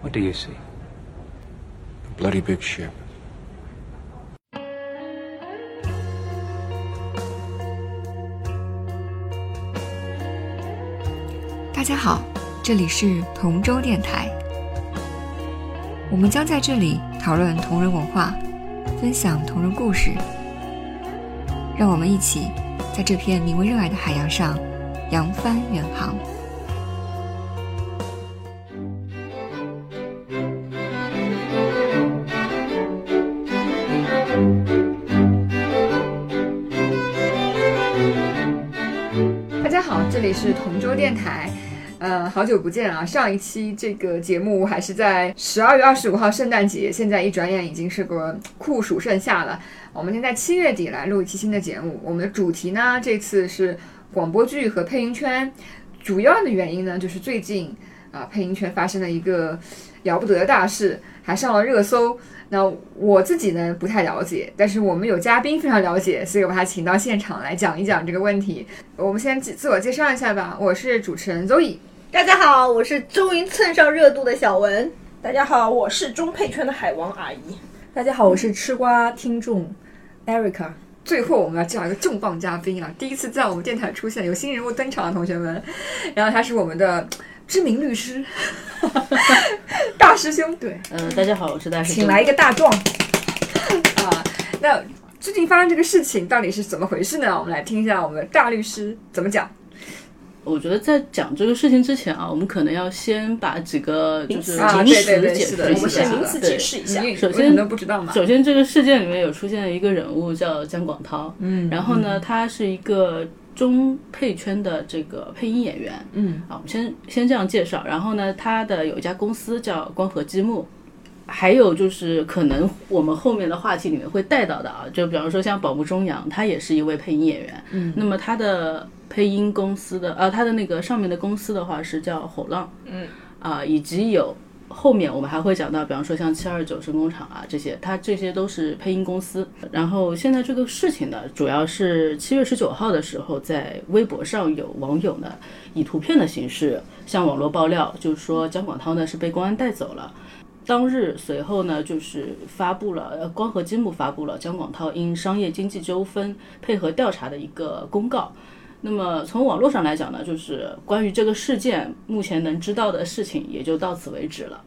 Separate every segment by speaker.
Speaker 1: What do you see?
Speaker 2: A bloody big ship.
Speaker 3: “大家好，这里是同州电台，我们将在这里讨论同人文化，分享同人故事。让我们一起在这片名为热爱的海洋上扬帆远航。”
Speaker 4: 大家好，这里是同州电台。呃，好久不见啊！上一期这个节目还是在十二月二十五号圣诞节，现在一转眼已经是个酷暑盛夏了。我们现在七月底来录一期新的节目，我们的主题呢这次是广播剧和配音圈。主要的原因呢就是最近啊、配音圈发生了一个了不得的大事，还上了热搜。那我自己呢不太了解，但是我们有嘉宾非常了解，所以我把他请到现场来讲一讲这个问题。我们先自自我介绍一下吧，我是主持人 Zoe。
Speaker 5: 大家好，我是终于蹭上热度的小文。
Speaker 6: 大家好，我是中配圈的海王阿姨。
Speaker 7: 大家好，我是吃瓜听众 Erica。
Speaker 4: 最后我们要介绍一个重磅嘉宾啊，第一次在我们电台出现，有新人物登场啊，同学们。然后他是我们的知名律师大师兄
Speaker 7: 对，
Speaker 8: 嗯，大家好，我是大师兄。
Speaker 7: 请来一个大壮。
Speaker 4: 啊。那最近发生这个事情到底是怎么回事呢？我们来听一下我们的大律师怎么讲。
Speaker 8: 我觉得在讲这个事情之前啊，我们可能要先把几个就是
Speaker 4: 啊
Speaker 8: 名
Speaker 4: 对对对
Speaker 8: 词解
Speaker 4: 是的
Speaker 8: 释
Speaker 4: 我
Speaker 8: 一
Speaker 4: 们
Speaker 8: 下
Speaker 4: 先。
Speaker 6: 名词
Speaker 8: 对
Speaker 6: 解释一下，
Speaker 4: 你
Speaker 8: 首
Speaker 4: 有
Speaker 8: 先
Speaker 4: 很多不知道嘛，
Speaker 8: 首先，这个事件里面有出现一个人物叫姜广涛，
Speaker 4: 嗯
Speaker 8: 然后呢，他是一个中配圈的这个配音演员
Speaker 4: 嗯
Speaker 8: 啊。我们先先这样介绍，然后呢，他的有一家公司叫光合积木。还有就是，可能我们后面的话题里面会带到的啊，就比方说像宝木中阳，他也是一位配音演员。
Speaker 4: 嗯，
Speaker 8: 那么他的配音公司的呃，他的那个上面的公司的话是叫吼浪，
Speaker 6: 嗯
Speaker 8: 啊、以及有后面我们还会讲到，比方说像七二九声工厂啊这些，它这些都是配音公司。然后现在这个事情呢，主要是七月十九号的时候，在微博上有网友呢以图片的形式向网络爆料，就是说姜广涛呢是被公安带走了。当日随后呢，就是发布了呃光合积木发布了姜广涛因商业经济纠纷配合调查的一个公告。那么从网络上来讲呢，就是关于这个事件，目前能知道的事情也就到此为止了。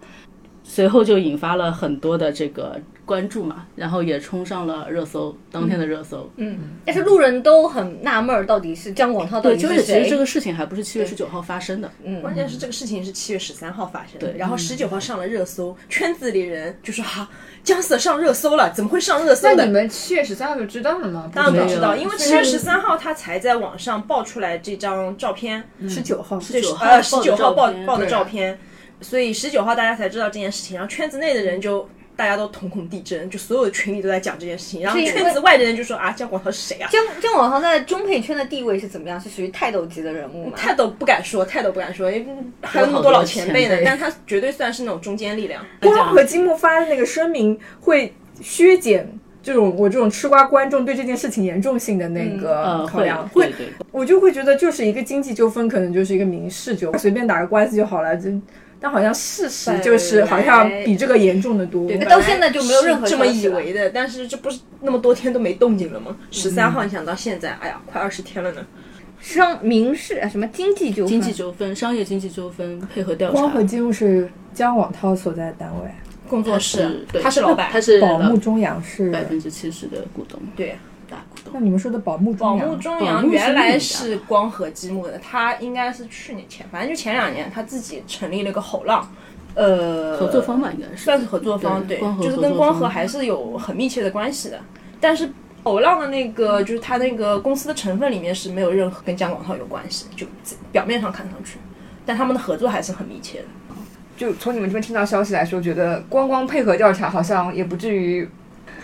Speaker 8: 随后就引发了很多的这个关注嘛，然后也冲上了热搜，当天的热搜。
Speaker 6: 嗯，
Speaker 5: 但是路人都很纳闷，儿，到底是姜广涛到
Speaker 8: 对，
Speaker 5: 底
Speaker 8: 呃就是
Speaker 5: 嗯是
Speaker 8: 其实
Speaker 5: 谁？
Speaker 8: 这个事情还不是七月十九号发生的，
Speaker 5: 嗯，
Speaker 6: 关键是这个事情是七月十三号发生的，
Speaker 8: 对
Speaker 6: 然后十九号上了热搜，圈子里人就说哈，姜 Sir 上热搜了，怎么会上热搜
Speaker 4: 那你
Speaker 6: 的？
Speaker 4: 们啊七月十三号就知道了吗？
Speaker 6: 当然不
Speaker 8: 没
Speaker 6: 知
Speaker 8: 有
Speaker 6: 道，因为七月十三号他才在网上爆出来这张照片，
Speaker 4: 嗯
Speaker 7: 十九号，
Speaker 6: 这是
Speaker 8: 19号
Speaker 6: 呃十九号爆
Speaker 8: 爆的照片
Speaker 6: 爆的照片，所以十九号大家才知道这件事情，然后圈子内的人就。大家都瞳孔地震，就所有的群里都在讲这件事情，然后
Speaker 5: 是因为
Speaker 6: 圈子外的人就说啊，姜广涛是谁啊？
Speaker 5: 姜姜广涛在中配圈的地位是怎么样？是属于泰斗级的人物吗？
Speaker 6: 泰斗不敢说，泰斗不敢说，因为还有那么多老前辈呢
Speaker 8: 有好多前辈，
Speaker 6: 但他绝对算是那种中坚力量。
Speaker 7: 光和积木发的那个声明会削减这种我这种吃瓜观众对这件事情严重性的那
Speaker 8: 呃，
Speaker 4: 嗯
Speaker 7: 个考
Speaker 8: 会
Speaker 7: 量，
Speaker 8: 对对，
Speaker 7: 我就会觉得就是一个经济纠纷，可能就是一个民事纠纷，随便打个官司就好了。这但好像事实就是
Speaker 6: 本来
Speaker 7: 好像比这个严重的多。
Speaker 5: 到现在就没有任何
Speaker 6: 是这么
Speaker 5: 消息
Speaker 6: 以
Speaker 5: 了
Speaker 6: 为的，但是这不是那么多天都没动静了吗？十三号你想到现在，哎呀，快二十天了呢。
Speaker 5: 商民事啊，什么经济纠纷？
Speaker 8: 经济纠纷、商业经济纠纷配合调
Speaker 7: 光
Speaker 8: 查
Speaker 7: 和。积木是姜广涛所在的单位，
Speaker 6: 工作
Speaker 8: 他
Speaker 6: 室，
Speaker 8: 对
Speaker 6: 他是老板
Speaker 8: 他，是
Speaker 7: 宝木中阳是。
Speaker 8: 百分之七十的股东，
Speaker 6: 对。
Speaker 8: 大股东。
Speaker 7: 那你们说的宝木
Speaker 6: 宝
Speaker 7: 中
Speaker 6: 木
Speaker 7: 阳，
Speaker 6: 中
Speaker 8: 宝
Speaker 6: 阳
Speaker 8: 木是
Speaker 6: 原来
Speaker 8: 绿的
Speaker 6: 是光合积木的，他应该是去年前，反正就前两年他自己成立了个吼浪，呃，
Speaker 8: 合作方吧，应该是
Speaker 6: 算是合作方，
Speaker 8: 对
Speaker 6: 对，
Speaker 8: 光合
Speaker 6: 就是
Speaker 8: 合
Speaker 6: 跟
Speaker 8: 作
Speaker 6: 光
Speaker 8: 方
Speaker 6: 合还是有很密切的关系的。但是偶浪的那个，就是它那个公司的成分里面是没有任何跟姜广涛有关系，就表面上看上去，但他们的合作还是很密切的。
Speaker 4: 就从你们这边听到消息来说，觉得光光配合调查好像也不至于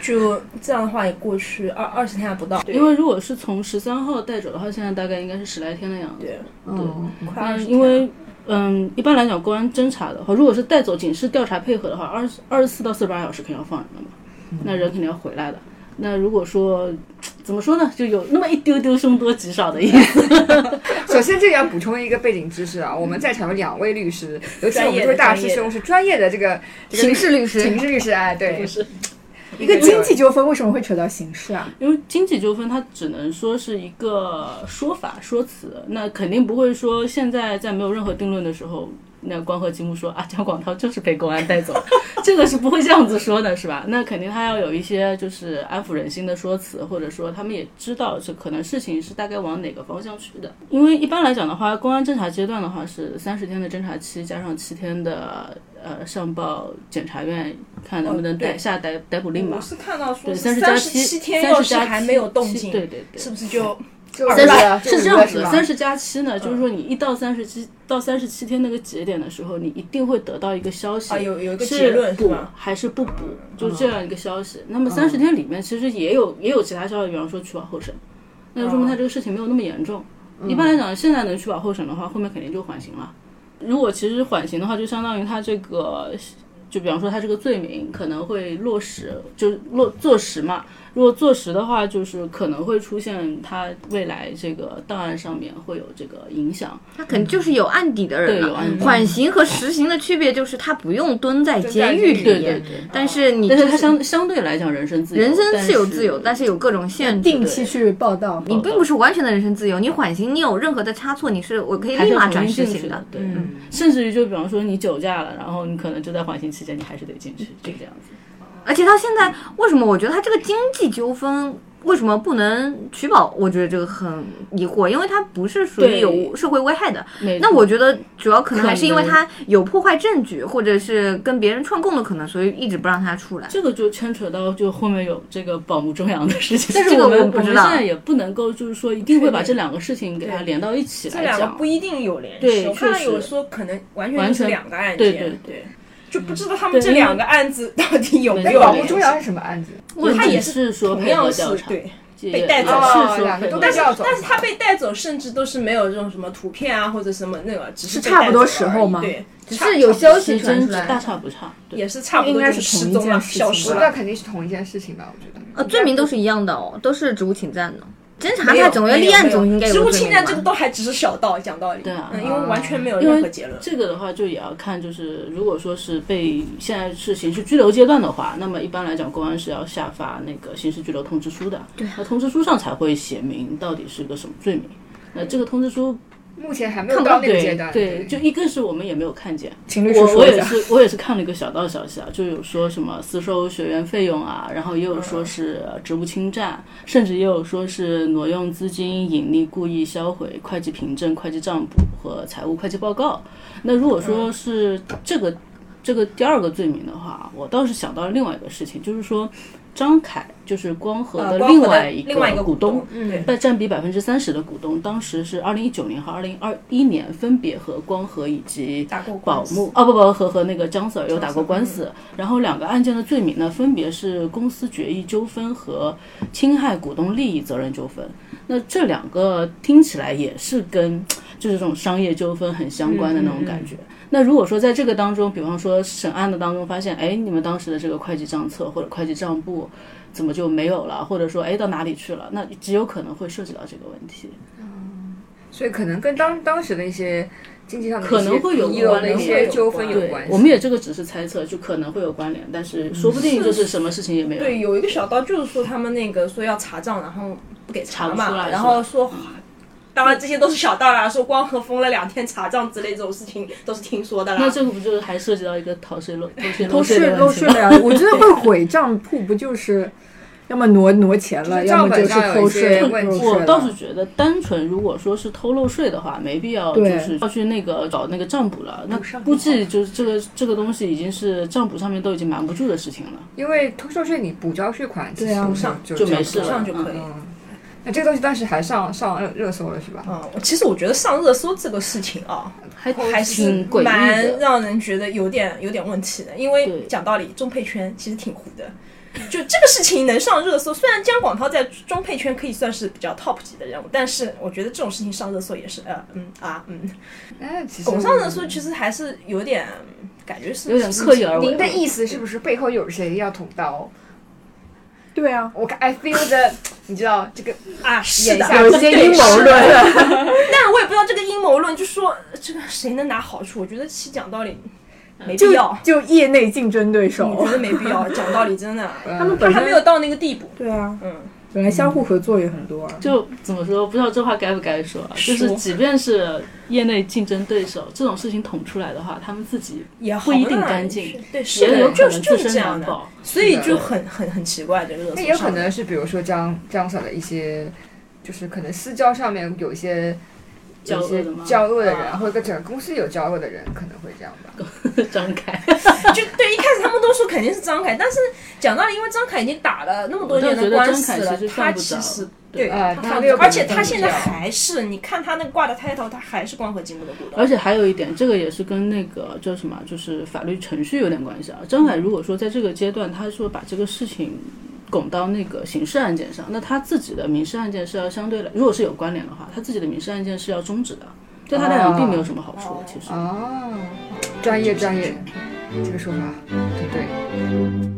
Speaker 6: 就这样的话，也过去二二十天还不到，
Speaker 8: 因为如果是从十三号带走的话，现在大概应该是十来天的样子。
Speaker 6: 对，
Speaker 4: 嗯
Speaker 6: 快二十天
Speaker 8: 因为嗯，一般来讲，公安侦查的话，如果是带走警示调查配合的话，
Speaker 6: 嗯
Speaker 8: 二二十四到四十八小时肯定要放人的嘛，那人肯定要回来的。那如果说怎么说呢，就有那么一丢丢凶多吉少的意思。
Speaker 4: 首先，这里要补充一个背景知识啊，我们在场有两位律师，尤其
Speaker 6: 专业
Speaker 4: 我们
Speaker 6: 的
Speaker 4: 这位大师兄是专业的这个这个
Speaker 3: 刑事律师
Speaker 4: 刑事律师哎，对，
Speaker 7: 一个经济纠纷为什么会扯到刑事啊？
Speaker 8: 因为经济纠纷，它只能说是一个说法说辞，那肯定不会说现在在没有任何定论的时候，那光和积木说啊，姜广涛就是被公安带走， 这个是不会这样子说的，是吧？那肯定他要有一些就是安抚人心的说辞，或者说他们也知道这可能事情是大概往哪个方向去的。因为一般来讲的话，公安侦查阶段的话是三十天的侦查期，加上七天的呃上报检察院，看能不能逮
Speaker 6: 对
Speaker 8: 下逮逮捕令吧
Speaker 6: 我。是看到说
Speaker 8: 对，
Speaker 6: 三
Speaker 8: 十加七，
Speaker 6: 七天
Speaker 8: 三
Speaker 6: 要
Speaker 8: 十
Speaker 6: 是
Speaker 8: 加
Speaker 6: 还没有动
Speaker 8: 七
Speaker 6: 静，
Speaker 8: 对对对，
Speaker 6: 是不是啊就
Speaker 4: 就是
Speaker 8: 三
Speaker 4: 二
Speaker 8: 十
Speaker 4: 十
Speaker 8: 是
Speaker 4: 五
Speaker 8: 这样
Speaker 4: 个是
Speaker 8: 子，
Speaker 4: 吧
Speaker 8: 三十加七呢，就是说
Speaker 6: 嗯
Speaker 8: 你一到三十七到三十七天那个节点的时候，你一定会得到一个消息，
Speaker 6: 啊有有一个
Speaker 8: 是
Speaker 6: 结论是
Speaker 8: 补
Speaker 6: 吧？
Speaker 8: 还是不补，
Speaker 1: 嗯
Speaker 8: 就是这样一个消息。那么三十天里面其实也有也有其他消息，比方说取保候审，那就
Speaker 1: 哦
Speaker 8: 说明他这个事情没有那么严重。
Speaker 1: 嗯
Speaker 8: 一般来讲，现在能取保候审的话，后面肯定就缓刑了。如果其实缓刑的话，就相当于他这个，就比方说他这个罪名可能会落实，就是落坐实嘛。如果坐实的话，就是可能会出现他未来这个档案上面会有这个影响。
Speaker 1: 他肯定就是有案底的人
Speaker 8: 对有
Speaker 1: 了
Speaker 8: 案。底
Speaker 1: 缓刑和实刑的区别就是他不用蹲在监狱里，
Speaker 8: 对对对。
Speaker 1: 但是你
Speaker 8: 但是
Speaker 1: 就
Speaker 8: 他相相对来讲，人身自由，
Speaker 1: 人身
Speaker 8: 是
Speaker 1: 是有自由，但是有各种限制。
Speaker 7: 定期去报道，
Speaker 1: 你并不是完全的人身自由，你缓刑，你有任何的差错，你是我可以
Speaker 8: 还
Speaker 1: 立
Speaker 8: 是
Speaker 1: 马
Speaker 8: 要
Speaker 1: 转
Speaker 8: 重
Speaker 1: 实
Speaker 8: 新进去
Speaker 1: 行
Speaker 8: 的
Speaker 1: 的。，
Speaker 8: 对，嗯甚至于就比方说你酒驾了，然后你可能就在缓刑期间，你还是得进去，就这样子。
Speaker 1: 而且他现在为什么？我觉得他这个经济纠纷为什么不能取保？我觉得这个很疑惑，因为他不是属于
Speaker 8: 对
Speaker 1: 有社会危害的。
Speaker 8: 没
Speaker 1: 那
Speaker 8: 错
Speaker 1: 我觉得主要可能还是因为
Speaker 8: 可能
Speaker 1: 他有破坏证据，或者是跟别人串供的可能，所以一直不让他出来。
Speaker 8: 这个就牵扯到就后面有这个保姆中养的事情，
Speaker 1: 但是
Speaker 8: 这个
Speaker 1: 我
Speaker 8: 我
Speaker 1: 们
Speaker 8: 们
Speaker 1: 不
Speaker 8: 我们
Speaker 1: 知
Speaker 8: 现
Speaker 1: 道
Speaker 8: 在也不能够就是说一定会把这两个事情给它连到一起
Speaker 6: 这
Speaker 8: 来
Speaker 6: 两个
Speaker 8: 讲
Speaker 6: 不。一定有联系？
Speaker 8: 对
Speaker 6: 我看到
Speaker 8: 确实
Speaker 6: 有说可能完全
Speaker 8: 完
Speaker 6: 就是
Speaker 8: 全
Speaker 6: 两个案件，
Speaker 8: 对对
Speaker 6: 对，就不知道他们
Speaker 8: 对
Speaker 6: 这
Speaker 8: 因为
Speaker 6: 两个案子到底有没
Speaker 4: 那
Speaker 6: 有
Speaker 4: 保
Speaker 6: 联
Speaker 4: 护
Speaker 6: 系
Speaker 4: 中央是什么案子？
Speaker 8: 问
Speaker 6: 他
Speaker 8: 题
Speaker 6: 也
Speaker 8: 是说
Speaker 6: 同
Speaker 8: 配合
Speaker 6: 样是
Speaker 8: 调查，
Speaker 6: 对，
Speaker 8: 也
Speaker 6: 被带走
Speaker 8: 是
Speaker 4: 哦
Speaker 8: 说
Speaker 4: 两个
Speaker 8: 配
Speaker 4: 都
Speaker 8: 合
Speaker 4: 被
Speaker 8: 调
Speaker 4: 调
Speaker 6: 但是
Speaker 8: 查
Speaker 4: 走
Speaker 6: 但是他被带走，甚至都是没有这种什么图片啊或者什么那个，只是被
Speaker 7: 是差不多
Speaker 6: 带走
Speaker 7: 时
Speaker 6: 而
Speaker 7: 候
Speaker 6: 已
Speaker 7: 吗
Speaker 6: 对，
Speaker 1: 只
Speaker 6: 差
Speaker 1: 是有消息
Speaker 8: 时
Speaker 1: 传
Speaker 8: 间
Speaker 1: 出来
Speaker 8: 大，差不差，对，
Speaker 6: 也是差不
Speaker 7: 应
Speaker 6: 多
Speaker 7: 该
Speaker 6: 就是
Speaker 7: 同
Speaker 6: 失
Speaker 7: 一
Speaker 6: 踪
Speaker 7: 件
Speaker 6: 了，
Speaker 7: 事
Speaker 6: 消
Speaker 7: 情
Speaker 6: 失
Speaker 7: 吧
Speaker 6: 了
Speaker 4: 那。肯定是同一件事情吧？我觉得。
Speaker 1: 呃，罪名都是一样的哦，都是职务侵占的。侦查
Speaker 6: 没
Speaker 1: 他
Speaker 6: 有
Speaker 1: 总要立案，总应该有
Speaker 6: 职务
Speaker 1: 个罪
Speaker 6: 侵
Speaker 1: 名
Speaker 6: 占这个
Speaker 1: 吧？
Speaker 6: 都还只是小道，讲道理。
Speaker 8: 对啊
Speaker 6: 嗯因为完全没有
Speaker 8: 因
Speaker 6: 任何
Speaker 8: 为
Speaker 6: 结论。
Speaker 8: 这个的话就也要看，就是如果说是被现在是刑事拘留阶段的话，那么一般来讲，公安是要下发那个刑事拘留通知书的，对，那通知书上才会写明到底是个什么罪名。那这个通知书
Speaker 4: 目前还没有到那个阶段，
Speaker 8: 对，就一个是我们也没有看见，
Speaker 7: 请律师
Speaker 8: 我我
Speaker 7: 说一
Speaker 8: 也
Speaker 7: 下。
Speaker 8: 是我也是看了一个小道消息啊，就有说什么私收学员费用啊，然后也有
Speaker 6: 嗯
Speaker 8: 说是呃职务侵占，甚至也有说是挪用资金、隐匿、故意销毁会计凭证、会计账簿和财务会计报告。那如果
Speaker 6: 嗯
Speaker 8: 说是这个这个第二个罪名的话，我倒是想到了另外一个事情，就是说张凯就是光和
Speaker 6: 呃
Speaker 8: 的
Speaker 6: 包括
Speaker 8: 另
Speaker 6: 的
Speaker 8: 外一
Speaker 6: 另外一个
Speaker 8: 个股东嗯
Speaker 6: 东，，对，
Speaker 8: 占占比百分之三十的股东，当时是二零一九年和二零二一年分别和光和以及
Speaker 6: 打过
Speaker 8: 宝
Speaker 6: 官司
Speaker 8: 木啊不不和和那个江 Sir 有打过官司，然后两个案件的罪名呢，分别是公司决议纠纷和侵害股东利益责任纠纷。那这两个听起来也是跟就是这种商业纠纷很相关的那种感觉。那如果说在这个当中，比方说审案的当中发现，哎，你们当时的这个会计账册或者会计账簿怎么就没有了，或者说哎到哪里去了，那极有可能会涉及到这个问题。
Speaker 4: 所以可能跟当当时的一些经济上的
Speaker 8: 可能会有
Speaker 4: 遗留
Speaker 8: 关
Speaker 4: 的一
Speaker 8: 联
Speaker 4: 些纠纷有
Speaker 8: 对
Speaker 4: 关，系。
Speaker 8: 我们也这个只是猜测，就可能会有关联，但是说不定就是什么事情也没有。
Speaker 6: 对，有一个小道就是说他们那个说要查账，然后不给查
Speaker 8: 查不出
Speaker 6: 嘛，
Speaker 8: 来
Speaker 6: 然
Speaker 8: 是吧嗯
Speaker 6: 后说。当然，这些都是小道啦，说光和封了两天查账之类这种事情都是听说的啦。
Speaker 8: 那这个不就是还涉及到一个逃税漏偷税
Speaker 7: 都
Speaker 8: 漏税
Speaker 7: 是
Speaker 8: 的
Speaker 7: 都
Speaker 8: 问题
Speaker 7: 是
Speaker 8: 吗？
Speaker 7: 的，我觉得会毁账簿不就是，要么挪挪钱了，
Speaker 4: 就是
Speaker 7: 要
Speaker 4: 账
Speaker 7: 么
Speaker 4: 本
Speaker 7: 就是
Speaker 4: 上有一
Speaker 7: 偷
Speaker 4: 些
Speaker 7: 税
Speaker 4: 问
Speaker 7: 漏
Speaker 4: 题
Speaker 7: 税
Speaker 8: 我
Speaker 7: 了
Speaker 8: 倒是觉得，单纯如果说是偷漏税的话，没必要就
Speaker 7: 对
Speaker 8: 是要去那个搞那个账簿了。那估计就是这个这个东西已经是账簿上面都已经瞒不住的事情了。
Speaker 4: 因为偷税税你补交税款，
Speaker 7: 对啊
Speaker 4: 其实
Speaker 6: 上
Speaker 4: 就
Speaker 8: 就
Speaker 4: 这样
Speaker 8: 没事
Speaker 4: 子
Speaker 8: 了
Speaker 6: 上就可以。
Speaker 4: 嗯，那这个东西当时还上上热热搜了是吧？
Speaker 6: 嗯，其实我觉得上热搜这个事情啊，
Speaker 8: 还
Speaker 6: 还是
Speaker 8: 挺诡异
Speaker 6: 蛮
Speaker 8: 的。
Speaker 6: 让人觉得有点有点问题的，因为
Speaker 8: 对
Speaker 6: 讲道理，中配圈其实挺糊的。就这个事情能上热搜，虽然姜广涛在中配圈可以算是比较 top 级的人物，但是我觉得这种事情上热搜也是呃嗯啊嗯，
Speaker 4: 哎，其实
Speaker 6: 拱上热搜其实还是有点感觉是
Speaker 8: 嗯有点刻意而为
Speaker 4: 您的意思是不是背后有谁要捅刀？
Speaker 7: 对啊，
Speaker 4: 我 I feel the，你 知道这个
Speaker 6: 啊，是
Speaker 4: 眼
Speaker 6: 的，
Speaker 4: 下
Speaker 7: 有一些阴谋论，
Speaker 6: 但是我也不知道这个阴谋论，就说这个谁能拿好处？我觉得其实讲道理没必
Speaker 7: 就
Speaker 6: 要，
Speaker 7: 就业内竞争对
Speaker 6: 我
Speaker 7: 手
Speaker 6: 觉，得没必要讲道理，真的，
Speaker 4: 嗯
Speaker 7: 他们
Speaker 6: 他
Speaker 7: 本
Speaker 6: 还
Speaker 7: 身
Speaker 6: 没有到那个地步。
Speaker 7: 对啊，
Speaker 6: 嗯，
Speaker 7: 本来相互合作也很多啊，
Speaker 8: 就怎么说，不知道这话该不该说啊，就是
Speaker 6: 说
Speaker 8: 即便是业内竞争对手这种事情捅出来的话，他们自己
Speaker 6: 也
Speaker 8: 不一定干净，，
Speaker 6: 对，是
Speaker 8: 也有
Speaker 6: 的，
Speaker 8: 可
Speaker 6: 就
Speaker 8: 能
Speaker 6: 是
Speaker 8: 自
Speaker 6: 就是
Speaker 8: 身
Speaker 6: 这样
Speaker 8: 难
Speaker 6: 的，
Speaker 8: 保。
Speaker 6: 所以就很很很奇怪，这个
Speaker 4: 那也有可能是，比如说张张嫂的一些，就是可能私交上面有一些
Speaker 8: 交
Speaker 4: 有一
Speaker 8: 恶
Speaker 4: 些
Speaker 8: 的吗？
Speaker 4: 交恶的人，
Speaker 8: 啊
Speaker 4: 或者跟整个公司有交恶的人，可能会这样吧。
Speaker 8: 张开，
Speaker 6: 就对，一开始他们都说肯定是张凯，但是讲道理，因为张凯已经打了那么多
Speaker 8: 我倒
Speaker 6: 年
Speaker 8: 觉
Speaker 6: 的
Speaker 8: 得
Speaker 6: 官
Speaker 8: 张
Speaker 6: 司
Speaker 8: 凯
Speaker 6: 了
Speaker 8: 其实，
Speaker 6: 他
Speaker 8: 犯不
Speaker 6: 其实
Speaker 8: 着。
Speaker 6: 对
Speaker 4: 啊
Speaker 6: 他
Speaker 4: 他
Speaker 6: 犯不
Speaker 4: 没有
Speaker 6: 着而
Speaker 4: 本
Speaker 6: 且
Speaker 4: 身
Speaker 6: 他
Speaker 4: 是
Speaker 6: 现
Speaker 4: 这
Speaker 6: 在
Speaker 4: 样
Speaker 6: 还是，你看他那挂的 title，他还是光合金木的股东。
Speaker 8: 而且还有一点，这个也是跟那个叫什么，就是法律程序有点关系啊。张凯如果说在这个阶段，他说把这个事情拱到那个刑事案件上，那他自己的民事案件是要相对来，如果是有关联的话，他自己的民事案件是要终止的，对他来讲并没有什么好处。其实，
Speaker 4: 哦，专业专业，嗯这个说法很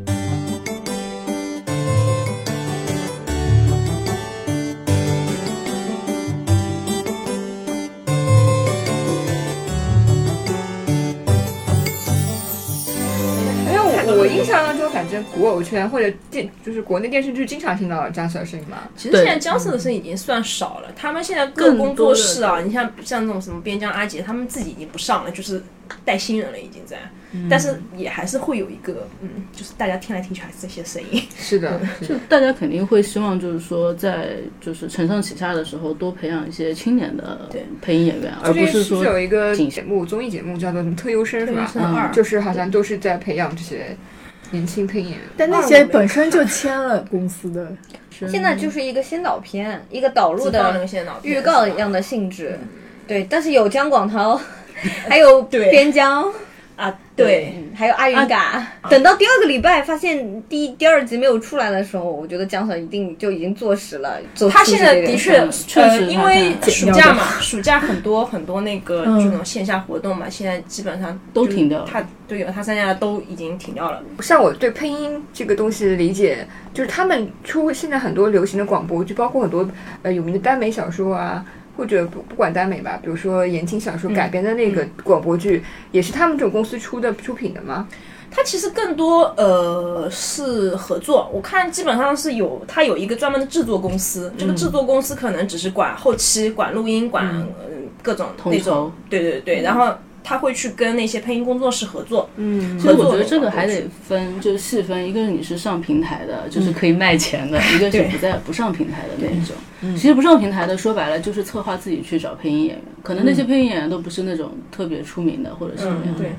Speaker 4: 对。哎我我印象当中，反正古偶圈或者电就是国内电视剧经常听到张小的声音嘛，
Speaker 6: 其实现在江浙的事已经算少了，他们现在各工作室啊，你像像那种什么边疆阿杰，他们自己已经不上了，就是带新人了已经在，但是也还是会有一个，嗯，就是大家听来听去还是这些声音。
Speaker 4: 是的，是
Speaker 6: 哦
Speaker 4: 的
Speaker 8: 就大家肯定会希望，就是说在就是承上启下的时候，多培养一些青年的
Speaker 6: 对
Speaker 8: 配音演员，而
Speaker 4: 最
Speaker 8: 不
Speaker 4: 近
Speaker 8: 是
Speaker 4: 是
Speaker 8: 说
Speaker 4: 有一个
Speaker 8: 仅
Speaker 4: 节目综艺节目叫做什么特优生是吧？
Speaker 6: 生二
Speaker 4: 就是好像都是在培养这些年轻配音演员。
Speaker 7: 但那些本身 就签了公司的，
Speaker 8: 现
Speaker 5: 现在就是一个先导片，一个导入
Speaker 6: 自放那
Speaker 5: 的
Speaker 6: 个先导片
Speaker 5: 预告一样的性质。
Speaker 1: 嗯
Speaker 5: 对，但是有姜广涛， 还有
Speaker 6: 对
Speaker 5: 边疆，
Speaker 6: 啊，对，
Speaker 5: 嗯还有阿云嘎。
Speaker 6: 啊
Speaker 5: 等到第二个礼拜发现第一第二集没有出来的时候，我觉得姜嫂一定就已经坐实了。走
Speaker 6: 他
Speaker 5: 出
Speaker 6: 现
Speaker 5: 去
Speaker 6: 在
Speaker 5: 这个
Speaker 6: 的
Speaker 5: 人
Speaker 6: 确
Speaker 8: 嗯，确
Speaker 6: 呃，
Speaker 8: 实
Speaker 6: 因
Speaker 8: 他
Speaker 6: 为
Speaker 8: 他
Speaker 6: 暑假嘛，暑假很多很多那个
Speaker 7: 嗯
Speaker 6: 这种线下活动嘛，现在基本上
Speaker 8: 都
Speaker 6: 就是
Speaker 8: 停掉了
Speaker 6: 他对有他参加的都已经停掉了。
Speaker 4: 像我对配音这个东西的理解，就是他们出现在很多流行的广播剧，包括很多呃有名的耽美小说啊，或者不不管耽美吧，比如说言情小说
Speaker 7: 嗯
Speaker 4: 改编的那
Speaker 8: 嗯
Speaker 4: 个广播剧，也是他们这种公司出的出品的吗？
Speaker 6: 它其实更多呃是合作，我看基本上是有它有一个专门的制作公司，
Speaker 8: 嗯
Speaker 6: 这个制作公司可能只是管后期、管录音、管、
Speaker 8: 嗯
Speaker 6: 呃各种
Speaker 8: 统
Speaker 6: 那种
Speaker 8: 筹，
Speaker 6: 对对对，
Speaker 8: 嗯
Speaker 6: 然后他会去跟那些配音工作室合作，嗯，
Speaker 8: 所以我觉得这个还得分，就是细分，一个是你是上平台的，就是可以卖 钱的；一个是
Speaker 6: 嗯对嗯
Speaker 8: 不在不上平台的那一种。其实不上平台的，说白了就是策划自己去找配音演员，可能那些配音演员都不是那种特别出名的，或者是什么
Speaker 6: 嗯
Speaker 8: 样的，
Speaker 6: 对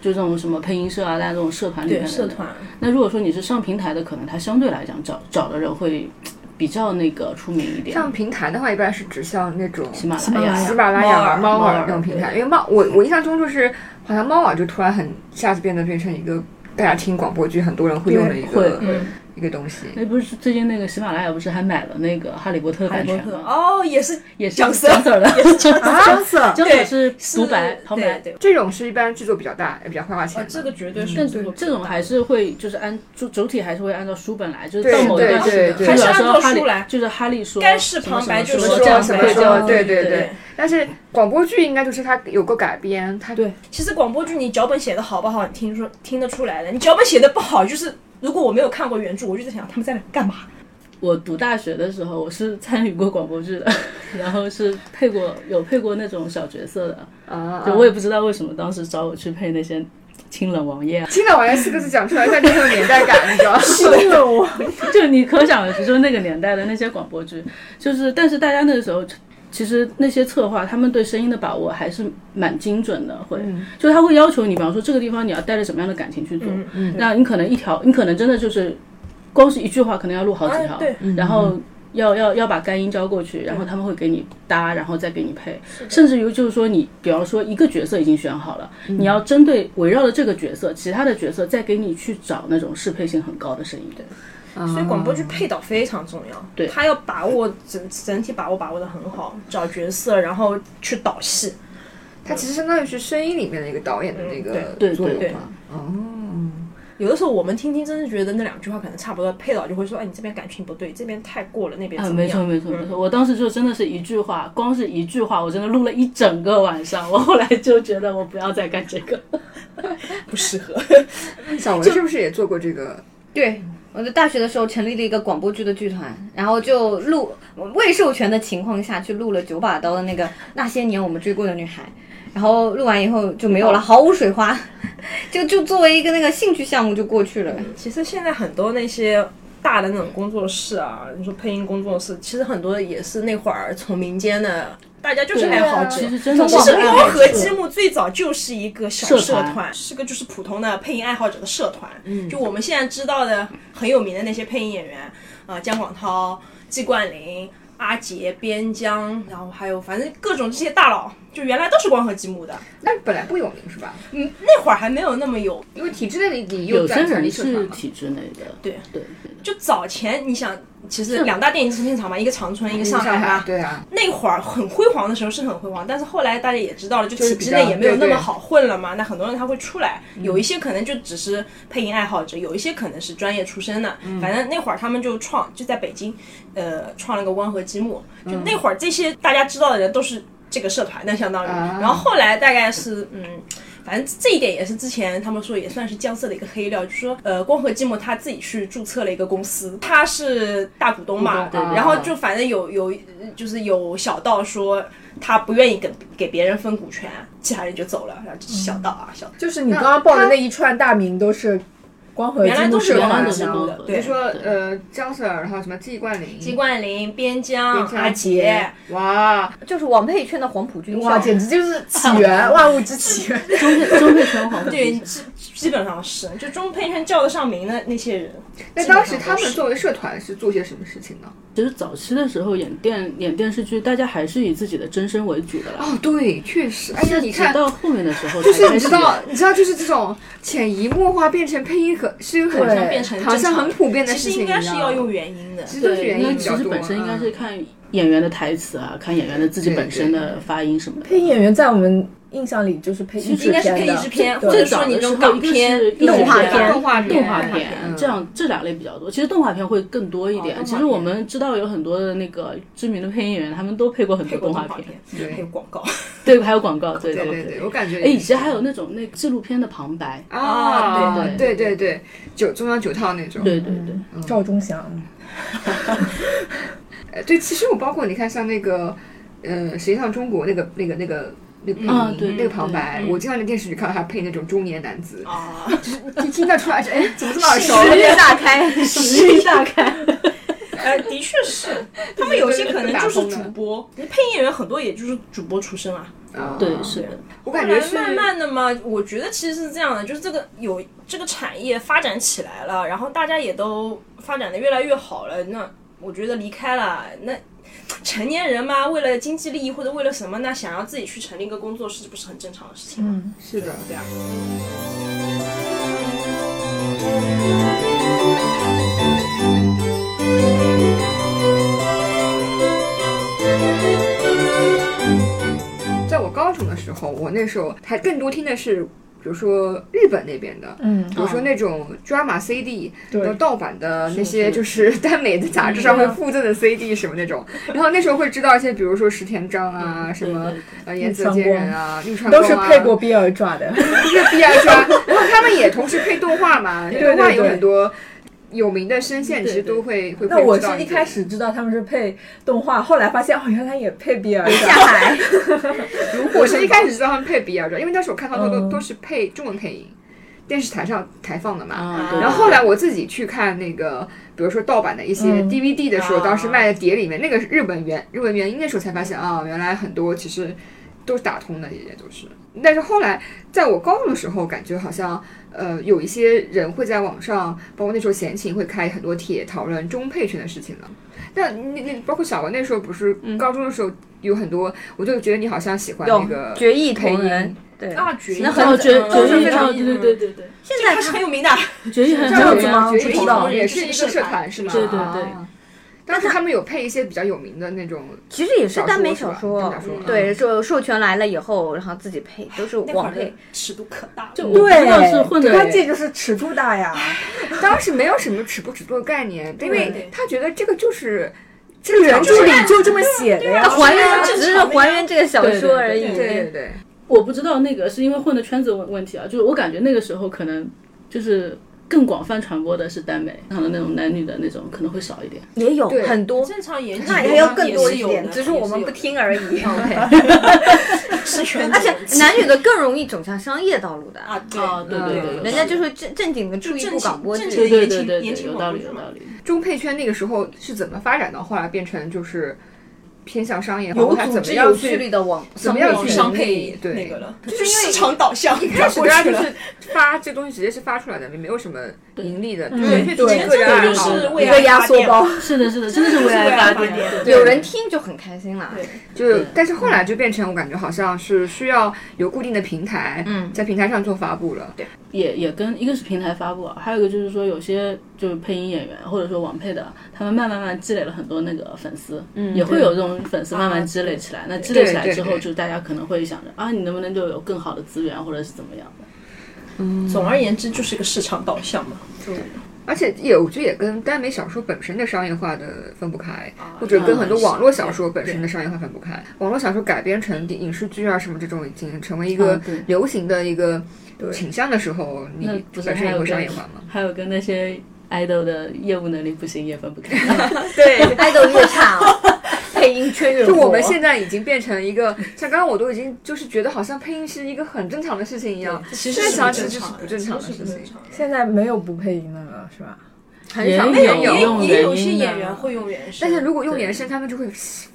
Speaker 8: 就这种什么配音社啊，大家这种社团里面
Speaker 6: 对
Speaker 8: 的
Speaker 6: 社
Speaker 8: 人。
Speaker 6: 团，
Speaker 8: 那如果说你是上平台的，可能他相对来讲找找的人会比较那个出名一点，
Speaker 4: 上平台的话，一般是指向那种
Speaker 8: 啊喜马拉雅
Speaker 4: 喜马拉雅、
Speaker 6: 猫
Speaker 4: 猫
Speaker 6: 耳
Speaker 4: 耳那种平台，因为猫，我我印象中就是好像猫耳就突然很一下子变得变成一个大家听广播剧很多人会用的一个
Speaker 8: 会啊
Speaker 6: 嗯，
Speaker 4: 一个东西。
Speaker 8: 那不是最近那个喜马拉雅不是还买了那个《哈利波特》
Speaker 6: 哈
Speaker 8: 版
Speaker 6: 利波
Speaker 8: 权
Speaker 6: 特
Speaker 8: 吗？
Speaker 6: 哦，也是
Speaker 8: 也是
Speaker 6: 讲
Speaker 8: 姜
Speaker 6: 色
Speaker 8: Sir 的，
Speaker 6: 也是讲色，
Speaker 7: 张 Sir
Speaker 8: 姜 Sir
Speaker 6: 对
Speaker 8: 是
Speaker 6: 是
Speaker 8: 独白旁白
Speaker 6: 对。对，
Speaker 4: 啊这种是一般制作比较大，也比较花花钱
Speaker 6: 哦
Speaker 4: 的。，
Speaker 6: 这个绝对是
Speaker 8: 但
Speaker 6: 制作
Speaker 8: 这种还是会就是按主主体还是会按照书本来，就是
Speaker 4: 对
Speaker 8: 到某一段
Speaker 4: 对
Speaker 8: 时
Speaker 4: 对
Speaker 8: 间，
Speaker 4: 对
Speaker 8: 就
Speaker 6: 还
Speaker 8: 比方
Speaker 6: 是按
Speaker 8: 说
Speaker 6: 照
Speaker 8: 哈利
Speaker 6: 书来
Speaker 8: 就是哈利说
Speaker 6: 该是旁白
Speaker 8: 什么
Speaker 6: 就
Speaker 8: 什
Speaker 6: 是
Speaker 8: 么
Speaker 6: 说
Speaker 8: 什
Speaker 4: 什
Speaker 8: 么
Speaker 4: 么
Speaker 8: 这
Speaker 4: 说
Speaker 8: 样，
Speaker 4: 对
Speaker 8: 对
Speaker 4: 对对。但是广播剧应该就是它有个改编，它
Speaker 7: 对
Speaker 6: 其实广播剧你脚本写的好不好，你听说听得出来的。你脚本写的不好，就是如果我没有看过原著，我就在想他们在干嘛。
Speaker 8: 我读大学的时候，我是参与过广播剧的，然后是配过有配过那种小角色的，
Speaker 4: 啊，
Speaker 8: 就我也不知道为什么当时找我去配那些清冷王爷啊，
Speaker 4: 听到我这四个字讲出来，但真有年代感，你知道吗？
Speaker 8: 就你可想而知，就是那个年代的那些广播剧，就是但是大家那个时候。其实那些策划，他们对声音的把握还是蛮精准的，会，就是他会要求你，比方说这个地方你要带着什么样的感情去做，
Speaker 6: 嗯
Speaker 8: 那你可能一条，你可能真的就是，光是一句话可能要录好几条，
Speaker 6: 啊对
Speaker 8: 然后要要要把干音交过去，然后他们会给你搭，然后再给你配，甚至于就是说你，比方说一个角色已经选好了，你要针对围绕着这个角色，其他的角色再给你去找那种适配性很高的声音，对。
Speaker 6: 所以广播剧配导非常重要，
Speaker 8: 嗯对
Speaker 6: 他要把握整整体把握把握的很好，找角色，然后去导戏。嗯
Speaker 4: 它其实相当于是声音里面的一个导演的那个
Speaker 8: 对对
Speaker 4: 作用
Speaker 8: 对
Speaker 4: 嘛。哦，
Speaker 6: 有的时候我们听听，真是觉得那两句话可能差不多，配导就会说，哎，你这边感情不对，这边太过了，那边
Speaker 8: 啊，
Speaker 6: 怎么
Speaker 8: 没
Speaker 6: 样？嗯
Speaker 8: 错没错没错，我当时就真的是一句话，光是一句话，我真的录了一整个晚上。我后来就觉得我不要再干 这个，
Speaker 6: 不适合。
Speaker 4: 小文是不是也做过这个？
Speaker 5: 对，我在大学的时候成立了一个广播剧的剧团，然后就录未授权的情况下去录了九把刀的那个《那些年我们追过的女孩》，然后录完以后就没
Speaker 6: 哦
Speaker 5: 有了，毫无水花，就就作为一个那个兴趣项目就过去了。
Speaker 6: 其实现在很多那些大的那种工作室啊，你说配音工作室，其实很多也是那会儿从民间的，大家就是爱
Speaker 4: 啊
Speaker 6: 好者。
Speaker 8: 其实真的
Speaker 6: 其
Speaker 8: 是
Speaker 6: 实
Speaker 8: 爱
Speaker 6: 猫
Speaker 8: 好
Speaker 6: 和
Speaker 8: 者
Speaker 6: 积木最早就是一个小
Speaker 8: 社
Speaker 6: 社
Speaker 8: 团
Speaker 6: 是个就是普通的配音爱好者的社团。就我们现在知道的很有名的那些配音演员，呃，姜广涛、季冠霖、阿杰、边疆，然后还有反正各种这些大佬，就原来都是光和积木的，
Speaker 4: 那本来不有名是吧？
Speaker 6: 那会儿还没有那么有
Speaker 4: 因为体制内你你
Speaker 8: 有
Speaker 4: 又
Speaker 8: 些
Speaker 4: 转成立
Speaker 8: 人
Speaker 4: 社团
Speaker 8: 是
Speaker 4: 嘛，
Speaker 8: 体制内的，
Speaker 6: 对
Speaker 8: 对，
Speaker 6: 就早前，你想，其实两大电影制片厂嘛，一个长春，一个上海吧。
Speaker 4: 对啊，
Speaker 6: 那会儿很辉煌的时候是很辉煌，但是后来大家也知道了，就
Speaker 4: 就是
Speaker 6: 体
Speaker 4: 比
Speaker 6: 制
Speaker 4: 较
Speaker 6: 内也没有那
Speaker 4: 对对
Speaker 6: 么好混了嘛。那很多人他会出来，有一些可能就只是配音爱好者，有一些可能是专业出身的。
Speaker 4: 嗯
Speaker 6: 反正那会儿他们就创就在北京，呃，创了个汪河积木。
Speaker 4: 嗯
Speaker 6: 就那会儿这些大家知道的人都是这个社团的，相当于。
Speaker 4: 啊
Speaker 6: 然后后来大概是嗯。反正这一点也是之前他们说也算是江浙的一个黑料，就说呃，光和积木他自己去注册了一个公司，他是大股东嘛，
Speaker 8: 对对
Speaker 6: 然后就反正有有就是有小道说他不愿意给给别人分股权，其他人就走了，然后这是小道啊，小道
Speaker 7: 就是你刚刚报的那一串大名都是光和
Speaker 6: 原来
Speaker 7: 积木
Speaker 6: 都是
Speaker 7: 社
Speaker 8: 原来
Speaker 7: 团
Speaker 8: 都，是光和
Speaker 6: 对
Speaker 4: 就说
Speaker 8: 对
Speaker 4: 呃张 Sir，然后什么季冠霖、
Speaker 6: 季冠霖、边疆、
Speaker 4: 边疆
Speaker 6: 阿杰，，
Speaker 4: 哇，
Speaker 5: 就是网配圈的黄埔军校，
Speaker 7: 哇，简直就是起源， 万物之起源。
Speaker 8: 中配中配圈黄
Speaker 6: 对，基基本上是就中配圈叫得上名的那些人。
Speaker 4: 那当时他们作为社团是做些什么事情呢？
Speaker 8: 其实早期的时候演电演电视剧，大家还是以自己的真身为主的啦。
Speaker 4: 哦，对，确实，哎呀，你
Speaker 8: 直
Speaker 4: 看。
Speaker 8: 到后面的时候才
Speaker 4: 就
Speaker 8: 开始
Speaker 4: 是
Speaker 8: 演，
Speaker 4: 你知道，你知道，就是这种潜移默化变成配音和是一个
Speaker 7: 好像
Speaker 4: 很
Speaker 6: 变成
Speaker 4: 好像
Speaker 6: 正常
Speaker 4: 很普遍的
Speaker 6: 其
Speaker 4: 事
Speaker 6: 实
Speaker 4: 情
Speaker 6: 应
Speaker 4: 一样，
Speaker 6: 该是要用原因的，
Speaker 4: 其实都是
Speaker 8: 对，
Speaker 4: 原
Speaker 8: 因为
Speaker 4: 因
Speaker 8: 其
Speaker 4: 比较
Speaker 8: 实
Speaker 4: 多。
Speaker 8: 本身应该是
Speaker 4: 嗯
Speaker 8: 看演员的台词啊，看演员的自己
Speaker 4: 对
Speaker 8: 本身的发音什么的。
Speaker 7: 配音演员在我们印象里就是配译制
Speaker 6: 应该是
Speaker 7: 片
Speaker 6: 配
Speaker 7: 的
Speaker 6: 译制片，
Speaker 7: 对
Speaker 6: 或者说你那种港片
Speaker 8: 最早的时候一个是、译制
Speaker 4: 动画
Speaker 8: 片嗯
Speaker 4: 片、
Speaker 8: 动
Speaker 4: 画片
Speaker 8: 画
Speaker 4: 动画
Speaker 8: 片
Speaker 4: 片嗯
Speaker 8: 这样这两类比较多。其实动画片会更多一
Speaker 6: 哦动画
Speaker 8: 点。
Speaker 6: 片
Speaker 8: 其实我们知道有很多的那个知名的配音演员，他们都配过很
Speaker 6: 配
Speaker 8: 多
Speaker 6: 过
Speaker 8: 动
Speaker 6: 动画
Speaker 8: 片，
Speaker 4: 对
Speaker 6: 还有广告。
Speaker 8: 对，还有广告，对
Speaker 4: 对对
Speaker 8: 对
Speaker 4: 对，我。感觉
Speaker 8: 哎，以前还有那种那纪录片的旁白，
Speaker 4: 啊，
Speaker 8: 对
Speaker 4: 对对对，九中央九套那种。
Speaker 8: 对对对，
Speaker 7: 赵忠祥，
Speaker 4: 呃对，其实我包括你看像那个，呃，《舌尖上中国》那个那个那个。那个配
Speaker 8: 啊对
Speaker 4: 音，那
Speaker 8: 对
Speaker 4: 个旁白，我经常在电视里看到他配那种中年男子，
Speaker 6: 啊，
Speaker 4: 一听到出来就哎，怎么这么耳熟？
Speaker 5: 直接打 开，
Speaker 8: 实力大开。
Speaker 6: 呃，的确是，他们有些可能就是
Speaker 4: 打
Speaker 6: 主
Speaker 4: 工的
Speaker 6: 播，配音演员很多也就是主播出身啊。
Speaker 4: 啊
Speaker 8: 对，是的，
Speaker 4: 我
Speaker 6: 后
Speaker 4: 感觉
Speaker 6: 来
Speaker 4: 是
Speaker 6: 慢慢的嘛，我觉得其实是这样的，就是这个有这个产业发展起来了，然后大家也都发展的越来越好了。那我觉得离开了那成年人嘛，为了经济利益或者为了什么呢，想要自己去成立一个工作室，这不是很正常的事
Speaker 1: 嗯
Speaker 6: 情吗？
Speaker 4: 是的，
Speaker 6: 对啊。
Speaker 4: 在我高中的时候，我那时候还更多听的是，比如说日本那边的，
Speaker 7: 嗯，
Speaker 4: 比如说那种 drama CD，
Speaker 7: 对
Speaker 4: 然后盗版的那些就是 耽美的杂志上会附赠的 CD 什么那种，然后那时候会知道一些，比如说石田章啊，什么呃岩泽
Speaker 7: 绿
Speaker 4: 健
Speaker 7: 川光
Speaker 4: 人啊， 绿川
Speaker 7: 都
Speaker 4: 光啊
Speaker 7: 是配过比尔 抓的。
Speaker 4: 就是第二刷，然后他们也同时配动画嘛，
Speaker 7: 对
Speaker 4: 动画
Speaker 7: 对
Speaker 4: 有
Speaker 7: 对
Speaker 4: 很多有名的声线，其实都会会。
Speaker 7: 那
Speaker 4: 会
Speaker 7: 我
Speaker 4: 知道
Speaker 7: 是一
Speaker 4: 些
Speaker 7: 开始知道他们是配动画，后来发现哦，原来也配比尔 抓。
Speaker 5: 下海。
Speaker 4: 我是一开始知道他们配比尔的，因为当时我看到都都
Speaker 7: 嗯
Speaker 4: 都是配中文配音，电视台上台放的嘛。
Speaker 8: 啊，对
Speaker 4: 然后后来我自己去看那个，比如说盗版的一些
Speaker 7: 嗯
Speaker 4: DVD 的时候，
Speaker 6: 啊
Speaker 4: 当时卖的碟里面那个日本原日文原音的时候，才发现啊，原来很多其实都是打通的，也都是。但是后来在我高中的时候，感觉好像呃有一些人会在网上，包括那时候闲情会开很多帖讨论中配圈的事情了。但那那包括小文那时候不是
Speaker 5: 嗯
Speaker 4: 高中的时候有很多，我就觉得你好像喜欢那个
Speaker 5: 决议
Speaker 4: 配
Speaker 5: 同
Speaker 4: 音
Speaker 5: 人，，对，
Speaker 6: 啊，决
Speaker 5: 那
Speaker 8: 哦，
Speaker 5: 很
Speaker 8: 绝
Speaker 6: 嗯
Speaker 8: 绝育，
Speaker 4: 非常
Speaker 8: 哦对对对对对，
Speaker 6: 现在他是很有名的，
Speaker 8: 绝育很啊
Speaker 4: 这样
Speaker 7: 样
Speaker 8: 很
Speaker 7: 子
Speaker 8: 有
Speaker 7: 吗
Speaker 4: 决
Speaker 7: 不
Speaker 4: 议
Speaker 7: 知道
Speaker 4: 同人也是一个社团是吗？
Speaker 8: 对对对
Speaker 4: 啊当时他们有配一些比较有名的那 种，
Speaker 1: 其实也是
Speaker 4: 小
Speaker 1: 耽美小
Speaker 4: 说是吧
Speaker 1: 说，嗯
Speaker 4: 耽美小说
Speaker 1: 对，授授权来了以后，然后自己配，都是
Speaker 6: 那会
Speaker 1: 网
Speaker 6: 儿的
Speaker 1: 配。
Speaker 6: 尺度可大了，
Speaker 8: 就
Speaker 6: 就
Speaker 8: 我不知道是混的
Speaker 7: 对他这就是尺度大呀，
Speaker 4: 当时没有什么尺不尺度的概念，因为他觉得这个就是这
Speaker 7: 原著里就这么写的呀
Speaker 1: 它。还原
Speaker 6: 啊
Speaker 1: 只
Speaker 6: 正
Speaker 1: 是
Speaker 6: 常的呀
Speaker 1: 还原这个小
Speaker 8: 对对
Speaker 1: 说而
Speaker 8: 对
Speaker 1: 已。
Speaker 4: 对对对，
Speaker 8: 我不知道那个是因为混的圈子问问题啊，就是我感觉那个时候可能就是更广泛传播的是耽美，然后那种男女的那种可能会少一点。
Speaker 1: 也有
Speaker 4: 对
Speaker 1: 很多，
Speaker 6: 正常言
Speaker 1: 那也要更多一点，只是我们不听而已。
Speaker 6: 是全
Speaker 1: 而且男女的更容易走向商业道路的，
Speaker 6: 啊，对
Speaker 8: 哦对对对
Speaker 6: 嗯
Speaker 8: 对
Speaker 1: 人家就会正正经的出
Speaker 6: 就
Speaker 1: 一
Speaker 6: 正
Speaker 1: 部港播
Speaker 6: 正
Speaker 1: 剧。
Speaker 8: 对对对
Speaker 6: 言情
Speaker 8: 对
Speaker 6: 言
Speaker 8: 对，
Speaker 6: 情
Speaker 8: 有
Speaker 6: 广
Speaker 8: 道
Speaker 6: 播
Speaker 8: 理
Speaker 6: 剧
Speaker 8: 有
Speaker 6: 嘛
Speaker 8: 道理。
Speaker 4: 中配圈那个时候是怎么发展到后来变成就是偏向商业化，
Speaker 6: 有
Speaker 4: 后来
Speaker 6: 组
Speaker 4: 怎么
Speaker 6: 织
Speaker 4: 样
Speaker 6: 有
Speaker 4: 去
Speaker 1: 力的网
Speaker 4: 怎么样
Speaker 6: 往
Speaker 4: 去
Speaker 6: 上
Speaker 4: 盈
Speaker 6: 配
Speaker 4: 利对
Speaker 6: 那个了，就是市场导向转
Speaker 4: 开始
Speaker 6: 过
Speaker 4: 大家
Speaker 6: 去
Speaker 4: 就
Speaker 6: 了。
Speaker 4: 是发这东西直接是发出来的，没有什么盈利的，
Speaker 7: 对
Speaker 4: 嗯对，
Speaker 7: 对
Speaker 4: 纯粹个人啊爱好
Speaker 6: 这个就是为
Speaker 7: 一个压缩包，
Speaker 8: 是的，是的，真的是为
Speaker 6: 爱
Speaker 8: 爱
Speaker 6: 发
Speaker 8: 发
Speaker 6: 电
Speaker 8: 电。
Speaker 4: 对
Speaker 1: 有人听就很开心了。
Speaker 6: 对
Speaker 4: 就但是后来就变成我感觉好像是需要有固定的平台，
Speaker 1: 嗯
Speaker 4: 在平台上做发布了，对，
Speaker 8: 也也跟一个是平台发布啊，还有一个就是说有些就是配音演员或者说网配的，啊他们慢慢慢积累了很多那个粉丝，嗯、也会有这种粉丝慢慢积累起来。那积累起来之
Speaker 4: 啊对
Speaker 8: 后，
Speaker 4: 对
Speaker 8: 就是大家可能会想着啊，你能不能就有更好的资源或者是怎么样的？
Speaker 6: 总而言之，就是一个市场导向嘛。
Speaker 4: 而且也我觉得也跟耽美小说本身的商业化的分不开，或者跟很多网络小说本身的商业化分不开。网络小说改编成影视剧啊什么这种，已经成为一个
Speaker 8: 啊对
Speaker 4: 流行的一个倾向的时候，
Speaker 8: 那
Speaker 4: 你
Speaker 8: 不是
Speaker 4: 本身
Speaker 8: 还
Speaker 4: 也
Speaker 8: 有
Speaker 4: 会商业
Speaker 8: 跟
Speaker 4: 化吗？
Speaker 8: 还有跟那些 idol 的业务能力不行也分 不开。
Speaker 1: 对，爱豆越差 哦，配音圈越火。
Speaker 4: 就我们现在已经变成一个，像刚刚我都已经就是觉得好像配音是一个很正常的事情一样，
Speaker 6: 其
Speaker 4: 现在
Speaker 6: 是
Speaker 4: 想
Speaker 6: 不
Speaker 4: 起来就
Speaker 6: 正
Speaker 4: 是
Speaker 6: 常
Speaker 4: 不正常的
Speaker 6: 其实
Speaker 4: 事
Speaker 6: 是不
Speaker 4: 情
Speaker 6: 正。常的。
Speaker 7: 现在没有不配音的了，是吧？
Speaker 4: 很少
Speaker 8: 也
Speaker 4: 有
Speaker 8: 有用
Speaker 6: 也有
Speaker 8: 原
Speaker 6: 些
Speaker 8: 因的
Speaker 6: 演员会用原声，
Speaker 4: 但是如果用原声，他们就会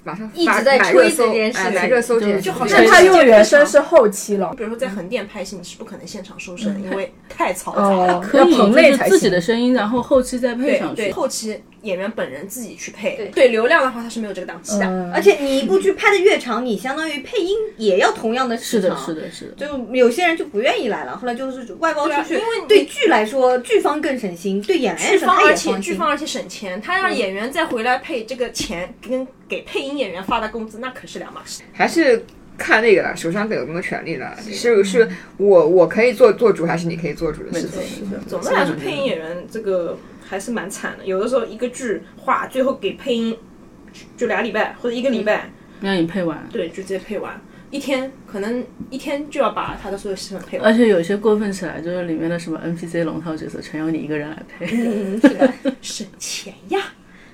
Speaker 4: 马上
Speaker 1: 一直
Speaker 4: 发
Speaker 1: 在
Speaker 4: 买
Speaker 1: 吹
Speaker 4: 热搜
Speaker 1: 这件事
Speaker 4: 哎买
Speaker 1: 情
Speaker 4: 热搜这
Speaker 8: 就
Speaker 4: 件事
Speaker 6: 就
Speaker 4: 情，
Speaker 6: 好像
Speaker 7: 但他用
Speaker 6: 啊
Speaker 7: 原声是后 期了，
Speaker 6: 比如说在横店拍戏，你是不可能现场收声，因为太嘈杂了。
Speaker 7: 哦，
Speaker 8: 可
Speaker 7: 要
Speaker 8: 以
Speaker 7: 棚
Speaker 8: 就
Speaker 7: 内
Speaker 8: 是
Speaker 7: 才
Speaker 8: 自己
Speaker 7: 行。
Speaker 8: 的声音，然后后期再配
Speaker 6: 对
Speaker 8: 上
Speaker 6: 对，
Speaker 8: 去。
Speaker 6: 后期演员本人自己去配
Speaker 1: 对。
Speaker 6: 对流量的话，他是没有这个档期的。
Speaker 7: 嗯
Speaker 1: 而且你一部剧拍的越长，你相当于配音也要同样的
Speaker 8: 是
Speaker 1: 时
Speaker 8: 的，
Speaker 1: 长。
Speaker 8: 是。的，是的。
Speaker 1: 就有些人就不愿意来了，后来就是外包出去。
Speaker 6: 对啊因为你
Speaker 1: 对剧来说，剧方更省心，对演员
Speaker 6: 剧
Speaker 1: 来说
Speaker 6: 方
Speaker 1: 他
Speaker 6: 而
Speaker 1: 也
Speaker 6: 且
Speaker 1: 放
Speaker 6: 剧
Speaker 1: 心。
Speaker 6: 方而且省钱，他让演员再回来配这个钱，跟给配音演员发的工资那可是两码事。
Speaker 4: 还是看那个啦，手上有没有权利啦，是是我我可以做做主，还是你可以做主的事情？
Speaker 6: 总的来说，配音演员这个还是蛮惨的。有的时候一个剧话，最后给配音就俩礼拜或者一个礼拜，
Speaker 8: 让你配完。
Speaker 6: 嗯对，就直接配完。一天可能一天就要把他的所有戏份配完
Speaker 8: 而，且有些过分起来，就是里面的什么 NPC 龙套角色，全由你一个人来配。
Speaker 4: 嗯
Speaker 6: 省钱呀！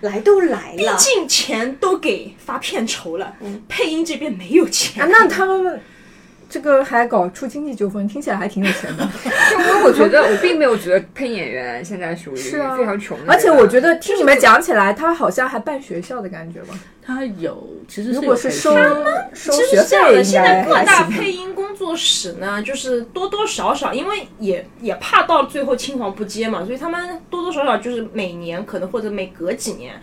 Speaker 1: 来都来
Speaker 6: 毕
Speaker 1: 了，
Speaker 6: 竟钱都给发片酬了，配音这边没有钱
Speaker 7: 啊，那他们这个还搞出经济纠纷，听起来还挺有钱 的。
Speaker 4: 因为我觉得我并没有觉得配音演员现在属于
Speaker 7: 是啊
Speaker 4: 非常穷的人啊，
Speaker 7: 而且我觉得听你们讲起来，他好像还办学校的感觉吧？
Speaker 8: 他有，其实
Speaker 7: 如果是
Speaker 8: 是
Speaker 7: 收
Speaker 8: 有配
Speaker 7: 收
Speaker 6: 其实
Speaker 7: 学
Speaker 6: 是这样的，
Speaker 7: 费，应
Speaker 6: 现在
Speaker 7: 该
Speaker 6: 各
Speaker 7: 还
Speaker 6: 大
Speaker 7: 行。
Speaker 6: 配音工作室呢，就是多多少少，因为也也怕到最后青黄不接嘛，所以他们多多少少就是每年可能或者每隔几年，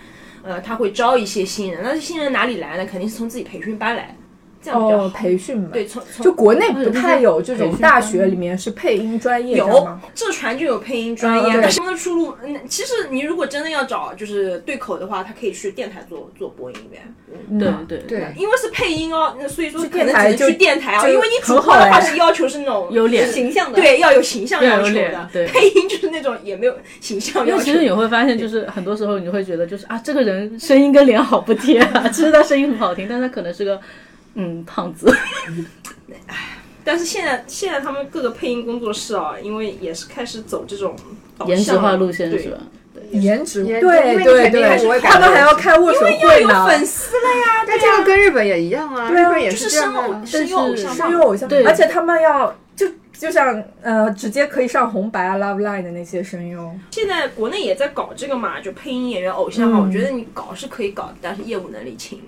Speaker 6: 呃，他会招一些新人。那这新人哪里来呢？肯定是从自己培训班来，这样比较好。
Speaker 7: 哦，培训吧。
Speaker 6: 对，嗯从从
Speaker 7: 就国内不太有这种大学里面是配音专业的
Speaker 6: 有
Speaker 7: 吗？
Speaker 6: 浙传就有配音专业，
Speaker 7: 嗯
Speaker 6: 但是他们的出路，嗯，其实你如果真的要找就是对口的话，他可以去电台做做播音员，
Speaker 7: 啊嗯
Speaker 8: 对对
Speaker 4: 对，
Speaker 6: 因为是配音哦，那所以说
Speaker 7: 去
Speaker 6: 可能
Speaker 7: 哎
Speaker 6: 只
Speaker 7: 电台
Speaker 6: 能去
Speaker 7: 就
Speaker 6: 电台哦，
Speaker 7: 就
Speaker 6: 因为你主
Speaker 7: 很
Speaker 6: 播
Speaker 7: 好
Speaker 6: 的话
Speaker 7: 哎
Speaker 6: 是要求是那种
Speaker 8: 有脸。
Speaker 1: 形象的。，
Speaker 6: 对，要有形象
Speaker 8: 要
Speaker 6: 要
Speaker 8: 有
Speaker 6: 求
Speaker 8: 脸
Speaker 6: 的。
Speaker 8: 对
Speaker 6: 配音就是那种也没有形象
Speaker 8: 因
Speaker 6: 要
Speaker 8: 为其
Speaker 6: 求
Speaker 8: 实。你会发现，就是很多时候你会觉得，就是啊，这个人声音跟脸好不贴啊。其实他声音很好听，但他可能是个嗯胖子。
Speaker 6: 但是现在现在他们各个配音工作室啊，因为也是开始走这种导
Speaker 8: 颜值
Speaker 6: 向
Speaker 8: 化
Speaker 6: 了
Speaker 8: 路线
Speaker 6: 对
Speaker 8: 是吧？
Speaker 7: 颜值
Speaker 4: 颜值因为
Speaker 7: 对
Speaker 4: 你
Speaker 7: 对
Speaker 4: 肯定还是
Speaker 7: 对，
Speaker 4: 看
Speaker 7: 他们还要开握手会
Speaker 6: 有
Speaker 7: 呢。
Speaker 6: 粉丝了呀，
Speaker 4: 但
Speaker 6: 对
Speaker 4: 这个
Speaker 6: 呀，
Speaker 4: 跟日本也一样啊，
Speaker 7: 对
Speaker 4: 日
Speaker 7: 啊
Speaker 4: 本也
Speaker 6: 就是
Speaker 4: 这样
Speaker 6: 生
Speaker 4: 的
Speaker 6: 偶
Speaker 4: 啊。
Speaker 6: 声优偶像
Speaker 8: 是
Speaker 6: 嘛
Speaker 7: 是因为偶像
Speaker 8: 对，
Speaker 7: 而且他们要就就像呃，直接可以上红白啊、Love Line 的那些声优，
Speaker 6: 现在国内也在搞这个嘛，就配音演员偶像嘛，
Speaker 7: 嗯
Speaker 6: 我觉得你搞是可以搞的，但是业务能力请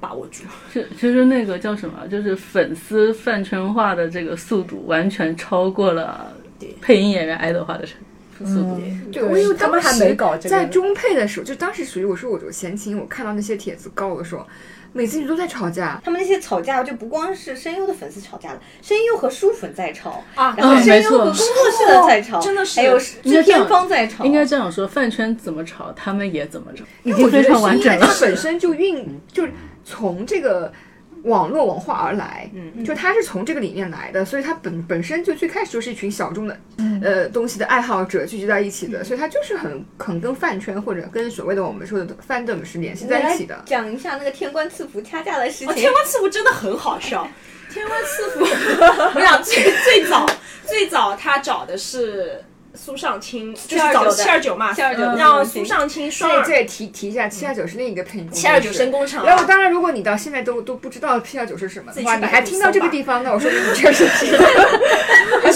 Speaker 6: 把握住。
Speaker 8: 是其实那个叫什么，啊就是粉丝饭圈化的这个速度，完全超过了配音演员 idol 化的程度速度。
Speaker 4: 对，我有
Speaker 7: 他们还没搞这个
Speaker 4: 在中配的时候，就当时属于我说我我闲情，我看到那些帖子告我说，每次你都在吵架，
Speaker 5: 他们那些吵架就不光是声优的粉丝吵架了，声优和书粉在吵
Speaker 6: 啊
Speaker 5: 然后
Speaker 8: 嗯
Speaker 5: 声
Speaker 8: 没
Speaker 5: 优
Speaker 8: 错
Speaker 5: 和工作室的在吵，
Speaker 6: 哦真的是
Speaker 5: 还有
Speaker 8: 应该
Speaker 5: 制
Speaker 8: 这样
Speaker 5: 片方在吵，
Speaker 8: 应该这样说，饭圈怎么吵，他们也怎么吵，已
Speaker 4: 我
Speaker 8: 经
Speaker 4: 觉
Speaker 8: 非
Speaker 4: 得
Speaker 8: 常
Speaker 4: 是哦
Speaker 8: 完
Speaker 4: 因为
Speaker 8: 整了
Speaker 4: 它。本身就运就是从这个。网络文化而来，嗯，就它是从这个里面来的，所以它本本身就最开始就是一群小众的，
Speaker 8: 嗯
Speaker 4: 呃，东西的爱好者聚集在一起的，所以它就是很很跟饭圈或者跟所谓的我们说的 fandom 是联系在一起的
Speaker 5: 我们来。讲一下那个天官赐福掐架的事
Speaker 6: 哦，
Speaker 5: 情
Speaker 6: 天。官赐福真的很好笑。 天官赐福，我想最最早最早他找的是苏尚卿，就是找七二九嗯嘛，
Speaker 5: 729的
Speaker 6: 让苏尚卿双
Speaker 4: 这
Speaker 6: 耳
Speaker 4: 这里提提一下，七二九是另一个配音工作室，
Speaker 6: 七二九声工厂。
Speaker 4: 然后，当然，如果你到现在都都不知道 P 二九是什么的话，
Speaker 6: 自己去
Speaker 4: 你
Speaker 6: 百
Speaker 4: 还
Speaker 6: 度
Speaker 4: 听到这
Speaker 6: 搜
Speaker 4: 个
Speaker 6: 吧
Speaker 4: 地方，那我说明你确实 是还是
Speaker 6: 七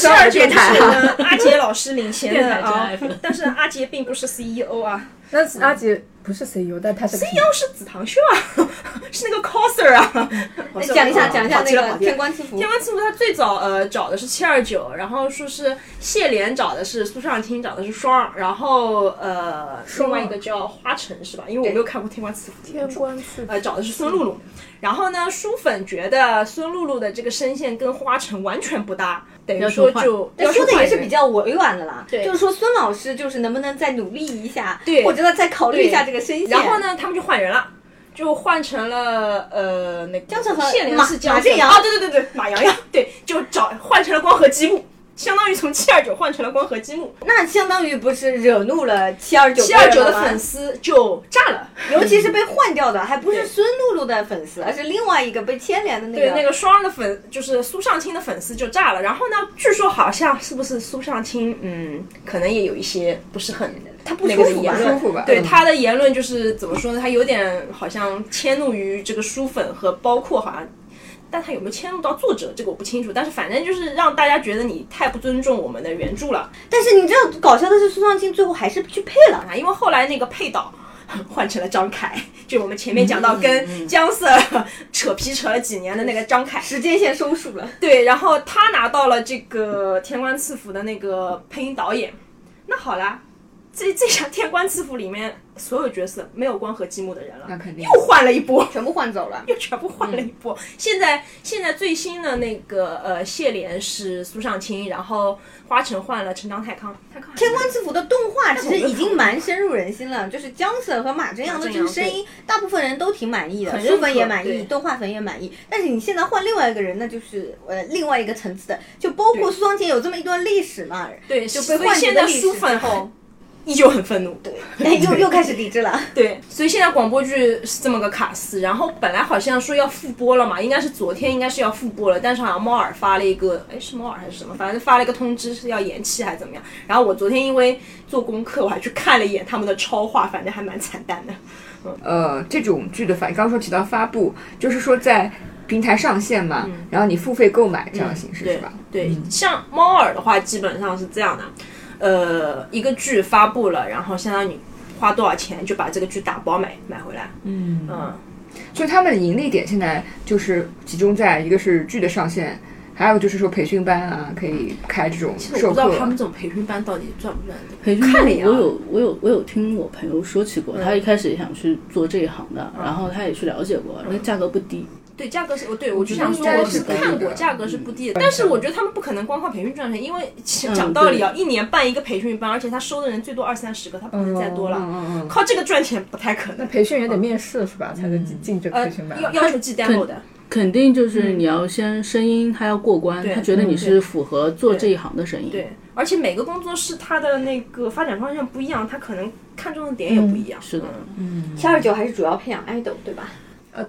Speaker 6: 二
Speaker 4: 二 电
Speaker 6: 九就是
Speaker 4: 台啊。
Speaker 6: 呢阿杰老师领 衔的
Speaker 8: 电
Speaker 6: 啊
Speaker 8: 台之 F，
Speaker 6: 但是阿杰并不是 CEO 啊
Speaker 7: 那阿杰不是 CEO，但他是 CEO
Speaker 6: ，CEO 是紫堂秀啊， 是那个 coser 啊。好笑
Speaker 5: 讲一下，
Speaker 6: 哦
Speaker 5: 讲一下
Speaker 6: 跑
Speaker 5: 那
Speaker 6: 题了跑
Speaker 5: 个
Speaker 6: 题了
Speaker 5: 天官赐福
Speaker 6: 天。官赐福他最早呃找的是七二九，然后说是谢莲找的是苏尚卿，找的是双儿，然后呃另外一个叫花城是吧？因为我没有看过天官赐福，
Speaker 7: 天官赐福
Speaker 6: 呃找的是孙露露，然后呢书粉觉得孙露露的这个声线跟花城完全不搭，等于
Speaker 8: 要
Speaker 6: 说
Speaker 8: 求换
Speaker 6: 就
Speaker 5: 但
Speaker 6: 要
Speaker 5: 哎说的
Speaker 6: 求换
Speaker 5: 也是
Speaker 6: 人
Speaker 5: 比较委婉的啦，
Speaker 6: 对
Speaker 5: 就是说孙老师就是能不能再努力一下，
Speaker 6: 对
Speaker 5: 或者再考虑一下这个声线。
Speaker 6: 然后？呢，他们就换人了，就换成了呃那个
Speaker 5: 江辰和
Speaker 6: 谢莲
Speaker 5: 马
Speaker 6: 是江
Speaker 5: 马正
Speaker 6: 阳
Speaker 5: 阳
Speaker 6: 啊，对对对对，马洋洋，对，就找换成了光和积木，相当于从七二九换成了光和积木，
Speaker 5: 那相当于不是惹怒了七二九
Speaker 6: 七二九的粉，丝就炸了。
Speaker 5: 尤其是被换掉的，还不是孙露露的粉丝，而是另外一个被牵连的那
Speaker 6: 嗯对，那
Speaker 5: 个。
Speaker 6: 个双儿的粉就是苏尚卿的粉丝就炸了。然后呢，据说好像是不是苏尚卿，嗯，可能也有一些不是很他
Speaker 5: 不
Speaker 6: 那个
Speaker 5: 舒服吧
Speaker 6: 的言
Speaker 4: 不
Speaker 6: 论
Speaker 4: 舒服吧
Speaker 6: 对
Speaker 4: 嗯
Speaker 6: 他的言论就是怎么说呢？他有点好像迁怒于这个书粉和包括好像。但他有没有迁怒到作者，这个我不清楚。但是反正就是让大家觉得你太不尊重我们的原著了
Speaker 5: 但是你知道搞笑的是，苏尚卿最后还是去配了。
Speaker 6: 啊！因为后来那个配导 换成了张凯，就我们前面讲
Speaker 5: 嗯
Speaker 6: 到跟姜瑟 扯皮扯了几年的那个张凯，
Speaker 5: 时间线收束了，
Speaker 6: 对，然后他拿到了这个《天官赐福》的那个配音导演。那好啦，这这场《天官赐福》里面所有角色没有光和积木的人了，
Speaker 4: 那肯定
Speaker 6: 又换了一波，
Speaker 5: 全部换走了。
Speaker 6: 又全部换
Speaker 5: 嗯
Speaker 6: 了一波。现在现在最新的那个呃谢莲是苏尚卿，然后花城换了陈章泰康，泰康还是
Speaker 5: 天官赐福的动画其实已经蛮深入人心了，就是姜瑟和马正阳的这个声音，大部分人都挺满意的，
Speaker 6: 很认可
Speaker 5: 书粉也满意，
Speaker 6: 对
Speaker 5: 动画粉也满意。但是你现在换另外一个人，那就是呃另外一个层次的，就包括
Speaker 6: 对
Speaker 5: 苏尚卿有这么一段历史嘛，
Speaker 6: 对，
Speaker 5: 就被
Speaker 6: 所以
Speaker 5: 换
Speaker 6: 现
Speaker 5: 角的
Speaker 6: 在
Speaker 5: 历
Speaker 6: 书
Speaker 5: 史之
Speaker 6: 粉
Speaker 5: 后，
Speaker 6: 依旧很愤怒，对。
Speaker 5: 哎，又又开始抵制了。
Speaker 6: 对，所以现在广播剧是这么个卡司，然后本来好像说要复播了嘛，应该是昨天应该是要复播了，但是好像猫耳发了一个，哎是猫耳还是什么，反正发了一个通知是要延期还是怎么样。然后我昨天因为做功课，我还去看了一眼他们的超话，反正还蛮惨淡的。
Speaker 4: 呃，这种剧的反，刚刚说提到发布，就是说在平台上线嘛，然后你付费购买这样的形式、
Speaker 6: 嗯对
Speaker 4: 是吧？
Speaker 6: 对，像猫耳的话，基本上是这样的，呃，一个剧发布了，然后相当于你花多少钱就把这个剧打包买买回来。嗯
Speaker 4: 所以他们的盈利点现在就是集中在一个是剧的上线，还有就是说培训班啊，可以开这种
Speaker 6: 其实我
Speaker 4: 授
Speaker 6: 不知道
Speaker 4: 课。
Speaker 6: 他们这种培训班到底赚不赚得
Speaker 8: 培训
Speaker 6: 看了
Speaker 8: 我
Speaker 6: 一眼啊
Speaker 8: 有我有我有听我朋友说起
Speaker 5: 嗯
Speaker 8: 过，他一开始也想去做这一行的，然后他也去了解过，那个价格不低。
Speaker 5: 嗯
Speaker 6: 对，价格是，哦我对我就
Speaker 8: 觉
Speaker 6: 想
Speaker 8: 得应
Speaker 6: 说，
Speaker 8: 该
Speaker 6: 我
Speaker 8: 是
Speaker 6: 是
Speaker 8: 高的
Speaker 6: 看过，价格是不低的。但是我觉得他们不可能光靠培训赚钱，因为其实讲
Speaker 8: 嗯
Speaker 6: 道理
Speaker 8: 对
Speaker 6: 啊，一年办一个培训班，而且他收的人最多二三十个，他不能再多
Speaker 4: 嗯
Speaker 6: 了，
Speaker 4: 嗯嗯，
Speaker 6: 靠这个赚钱不太可
Speaker 7: 那
Speaker 6: 能。
Speaker 7: 培训也得面试是吧？才能进进这个
Speaker 6: 呃
Speaker 7: 培训，班。
Speaker 6: 要要求寄 demo 的，
Speaker 8: 肯定就是
Speaker 5: 嗯
Speaker 8: 你要先声音，他要过关，
Speaker 6: 对
Speaker 8: 他觉得你
Speaker 6: 嗯
Speaker 8: 是符合做这一行的声音。
Speaker 6: 对，而且每个工作室它的那个发展方向不一样，他可能看中的点也不一样。嗯
Speaker 8: 是的，
Speaker 5: 嗯七二九还是主要培养 idol 对吧？
Speaker 7: 啊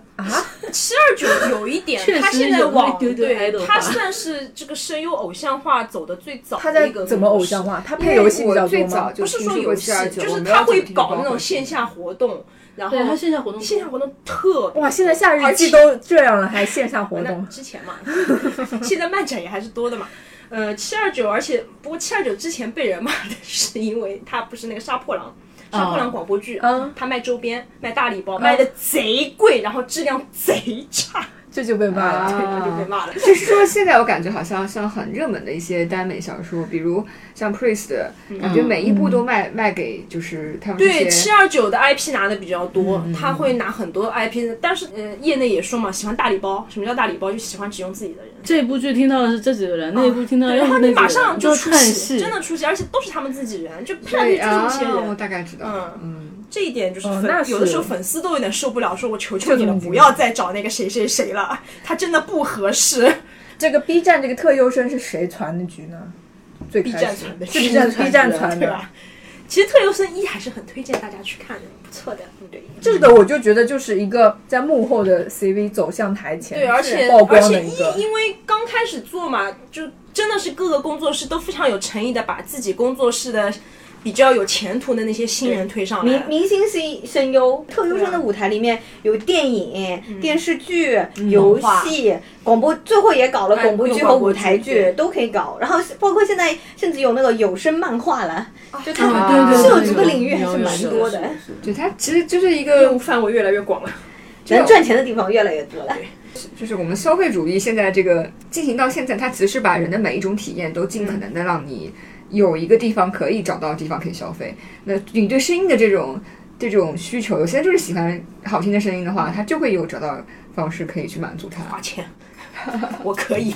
Speaker 6: 七二九有一点，
Speaker 8: 确
Speaker 6: 他
Speaker 8: 实
Speaker 6: 现在
Speaker 8: 有
Speaker 6: 往
Speaker 8: 一丢丢
Speaker 6: 对
Speaker 8: idol
Speaker 6: 他
Speaker 8: 化
Speaker 6: 算是这个声优偶像化走的最早
Speaker 7: 他
Speaker 6: 的
Speaker 7: 在
Speaker 6: 一个
Speaker 7: 怎么
Speaker 6: 公
Speaker 7: 偶
Speaker 6: 司
Speaker 7: 像化？他
Speaker 4: 因
Speaker 7: 配
Speaker 4: 为
Speaker 7: 游戏比
Speaker 4: 我
Speaker 7: 较
Speaker 4: 最
Speaker 7: 多
Speaker 4: 早
Speaker 7: 吗？
Speaker 4: 就
Speaker 6: 不是
Speaker 4: 听
Speaker 6: 说
Speaker 4: 说过
Speaker 6: 游
Speaker 4: 七
Speaker 6: 戏
Speaker 4: 二，九，
Speaker 6: 就是
Speaker 4: 我没有
Speaker 6: 他会
Speaker 4: 怎么听说
Speaker 6: 搞那
Speaker 4: 过
Speaker 6: 种线下活动，然后
Speaker 5: 啊
Speaker 8: 对他线下活动
Speaker 6: 线下活动特别
Speaker 7: 哇，现在夏日
Speaker 6: 而
Speaker 7: 季
Speaker 6: 且
Speaker 7: 都这样了，还线下活
Speaker 6: 那
Speaker 7: 动？
Speaker 6: 之前嘛， 现在漫展也还是多的嘛。呃，七二九，而且不过七二九之前被人骂 的是因为他不是那个杀破狼，
Speaker 8: 嗯
Speaker 6: 杀破狼广播剧，
Speaker 7: 嗯
Speaker 6: 他卖周边卖大礼包卖的贼贵，然后质量贼差，
Speaker 7: 这就被骂
Speaker 8: 嗯
Speaker 7: 了。
Speaker 4: 啊
Speaker 6: 就被骂了。
Speaker 4: 就是说，现在我感觉好像像很热门的一些耽美小说，比如像 Priest，的感觉每一部都卖、卖给就是他们这
Speaker 6: 嗯对，
Speaker 4: 些
Speaker 6: 七二九的 IP 拿的比较多，
Speaker 8: 嗯
Speaker 6: 他会拿很多 IP，但是呃，业内也说嘛，喜欢大礼包。什么叫大礼包？就喜欢只用自己的人。
Speaker 8: 这部剧听到的是这几个
Speaker 5: 哦
Speaker 8: 人，那部听到
Speaker 6: 对
Speaker 8: 又
Speaker 5: 啊
Speaker 6: 然
Speaker 8: 是
Speaker 6: 后
Speaker 8: 那
Speaker 6: 你
Speaker 8: 几
Speaker 6: 马
Speaker 8: 个
Speaker 6: 上
Speaker 8: 人，就
Speaker 6: 就出
Speaker 8: 串
Speaker 6: 戏，
Speaker 8: 戏
Speaker 6: 真。的出戏，而且都是他们自己人，就看上去
Speaker 4: 对
Speaker 6: 就是这
Speaker 4: 啊
Speaker 6: 些，
Speaker 4: 我
Speaker 6: 人。
Speaker 4: 大概知道，
Speaker 6: 嗯
Speaker 4: 嗯。
Speaker 6: 这一点就是
Speaker 7: 哦
Speaker 6: 粉
Speaker 7: 那是
Speaker 6: 有的时候粉丝都有点受不了，说我求求
Speaker 7: 这
Speaker 6: 你了，
Speaker 7: 种
Speaker 6: 不要再找那个谁谁谁了， 他真的不合适。
Speaker 7: 啊这个 B 站这个特优生是谁传的局呢？最
Speaker 6: B
Speaker 7: 开
Speaker 6: 站
Speaker 7: 始
Speaker 6: 传的
Speaker 7: 是 B 站 B 站传
Speaker 6: 对
Speaker 7: 的。
Speaker 6: 吧？其实《特优生一》还是很推荐大家去看的，不错的。嗯，对，
Speaker 7: 这个我就觉得就是一个在幕后的 CV 走向台前，
Speaker 6: 对，而且
Speaker 7: 曝
Speaker 6: 而
Speaker 7: 光
Speaker 6: 且
Speaker 7: 的一个
Speaker 6: 一因为刚开始做嘛，就真的是各个工作室都非常有诚意的把自己工作室的比较有前途的那些新人推上来
Speaker 5: 明。明星声声优，特优生的舞台里面有电影、
Speaker 6: 嗯
Speaker 5: 电视剧、游戏、广播，最后也搞了
Speaker 6: 哎
Speaker 5: 广播剧
Speaker 6: 有
Speaker 5: 和
Speaker 6: 广播
Speaker 5: 舞台
Speaker 6: 剧
Speaker 5: 剧
Speaker 6: 对
Speaker 5: 都可以搞，然后包括现在甚至有那个有声漫画了，就他
Speaker 4: 啊
Speaker 5: 们
Speaker 4: 对对
Speaker 5: 是有
Speaker 4: 对
Speaker 5: 这个领域还
Speaker 8: 有
Speaker 5: 是
Speaker 8: 有
Speaker 5: 蛮
Speaker 8: 有
Speaker 5: 多的，
Speaker 4: 对，它其实就是一
Speaker 6: 业
Speaker 4: 个
Speaker 6: 务范围越来越广了，
Speaker 5: 能赚钱的地方越来越多了。
Speaker 4: 就是我们消费主义现在这个进行到现在，它其实是把人的每一种体验都尽可能的让你有一个地方可以找到地方可以消费。那你对声音的这种这种需求，有些人就是喜欢好听的声音的话，他就会有找到方式可以去满足它。
Speaker 6: 花 钱，我可以。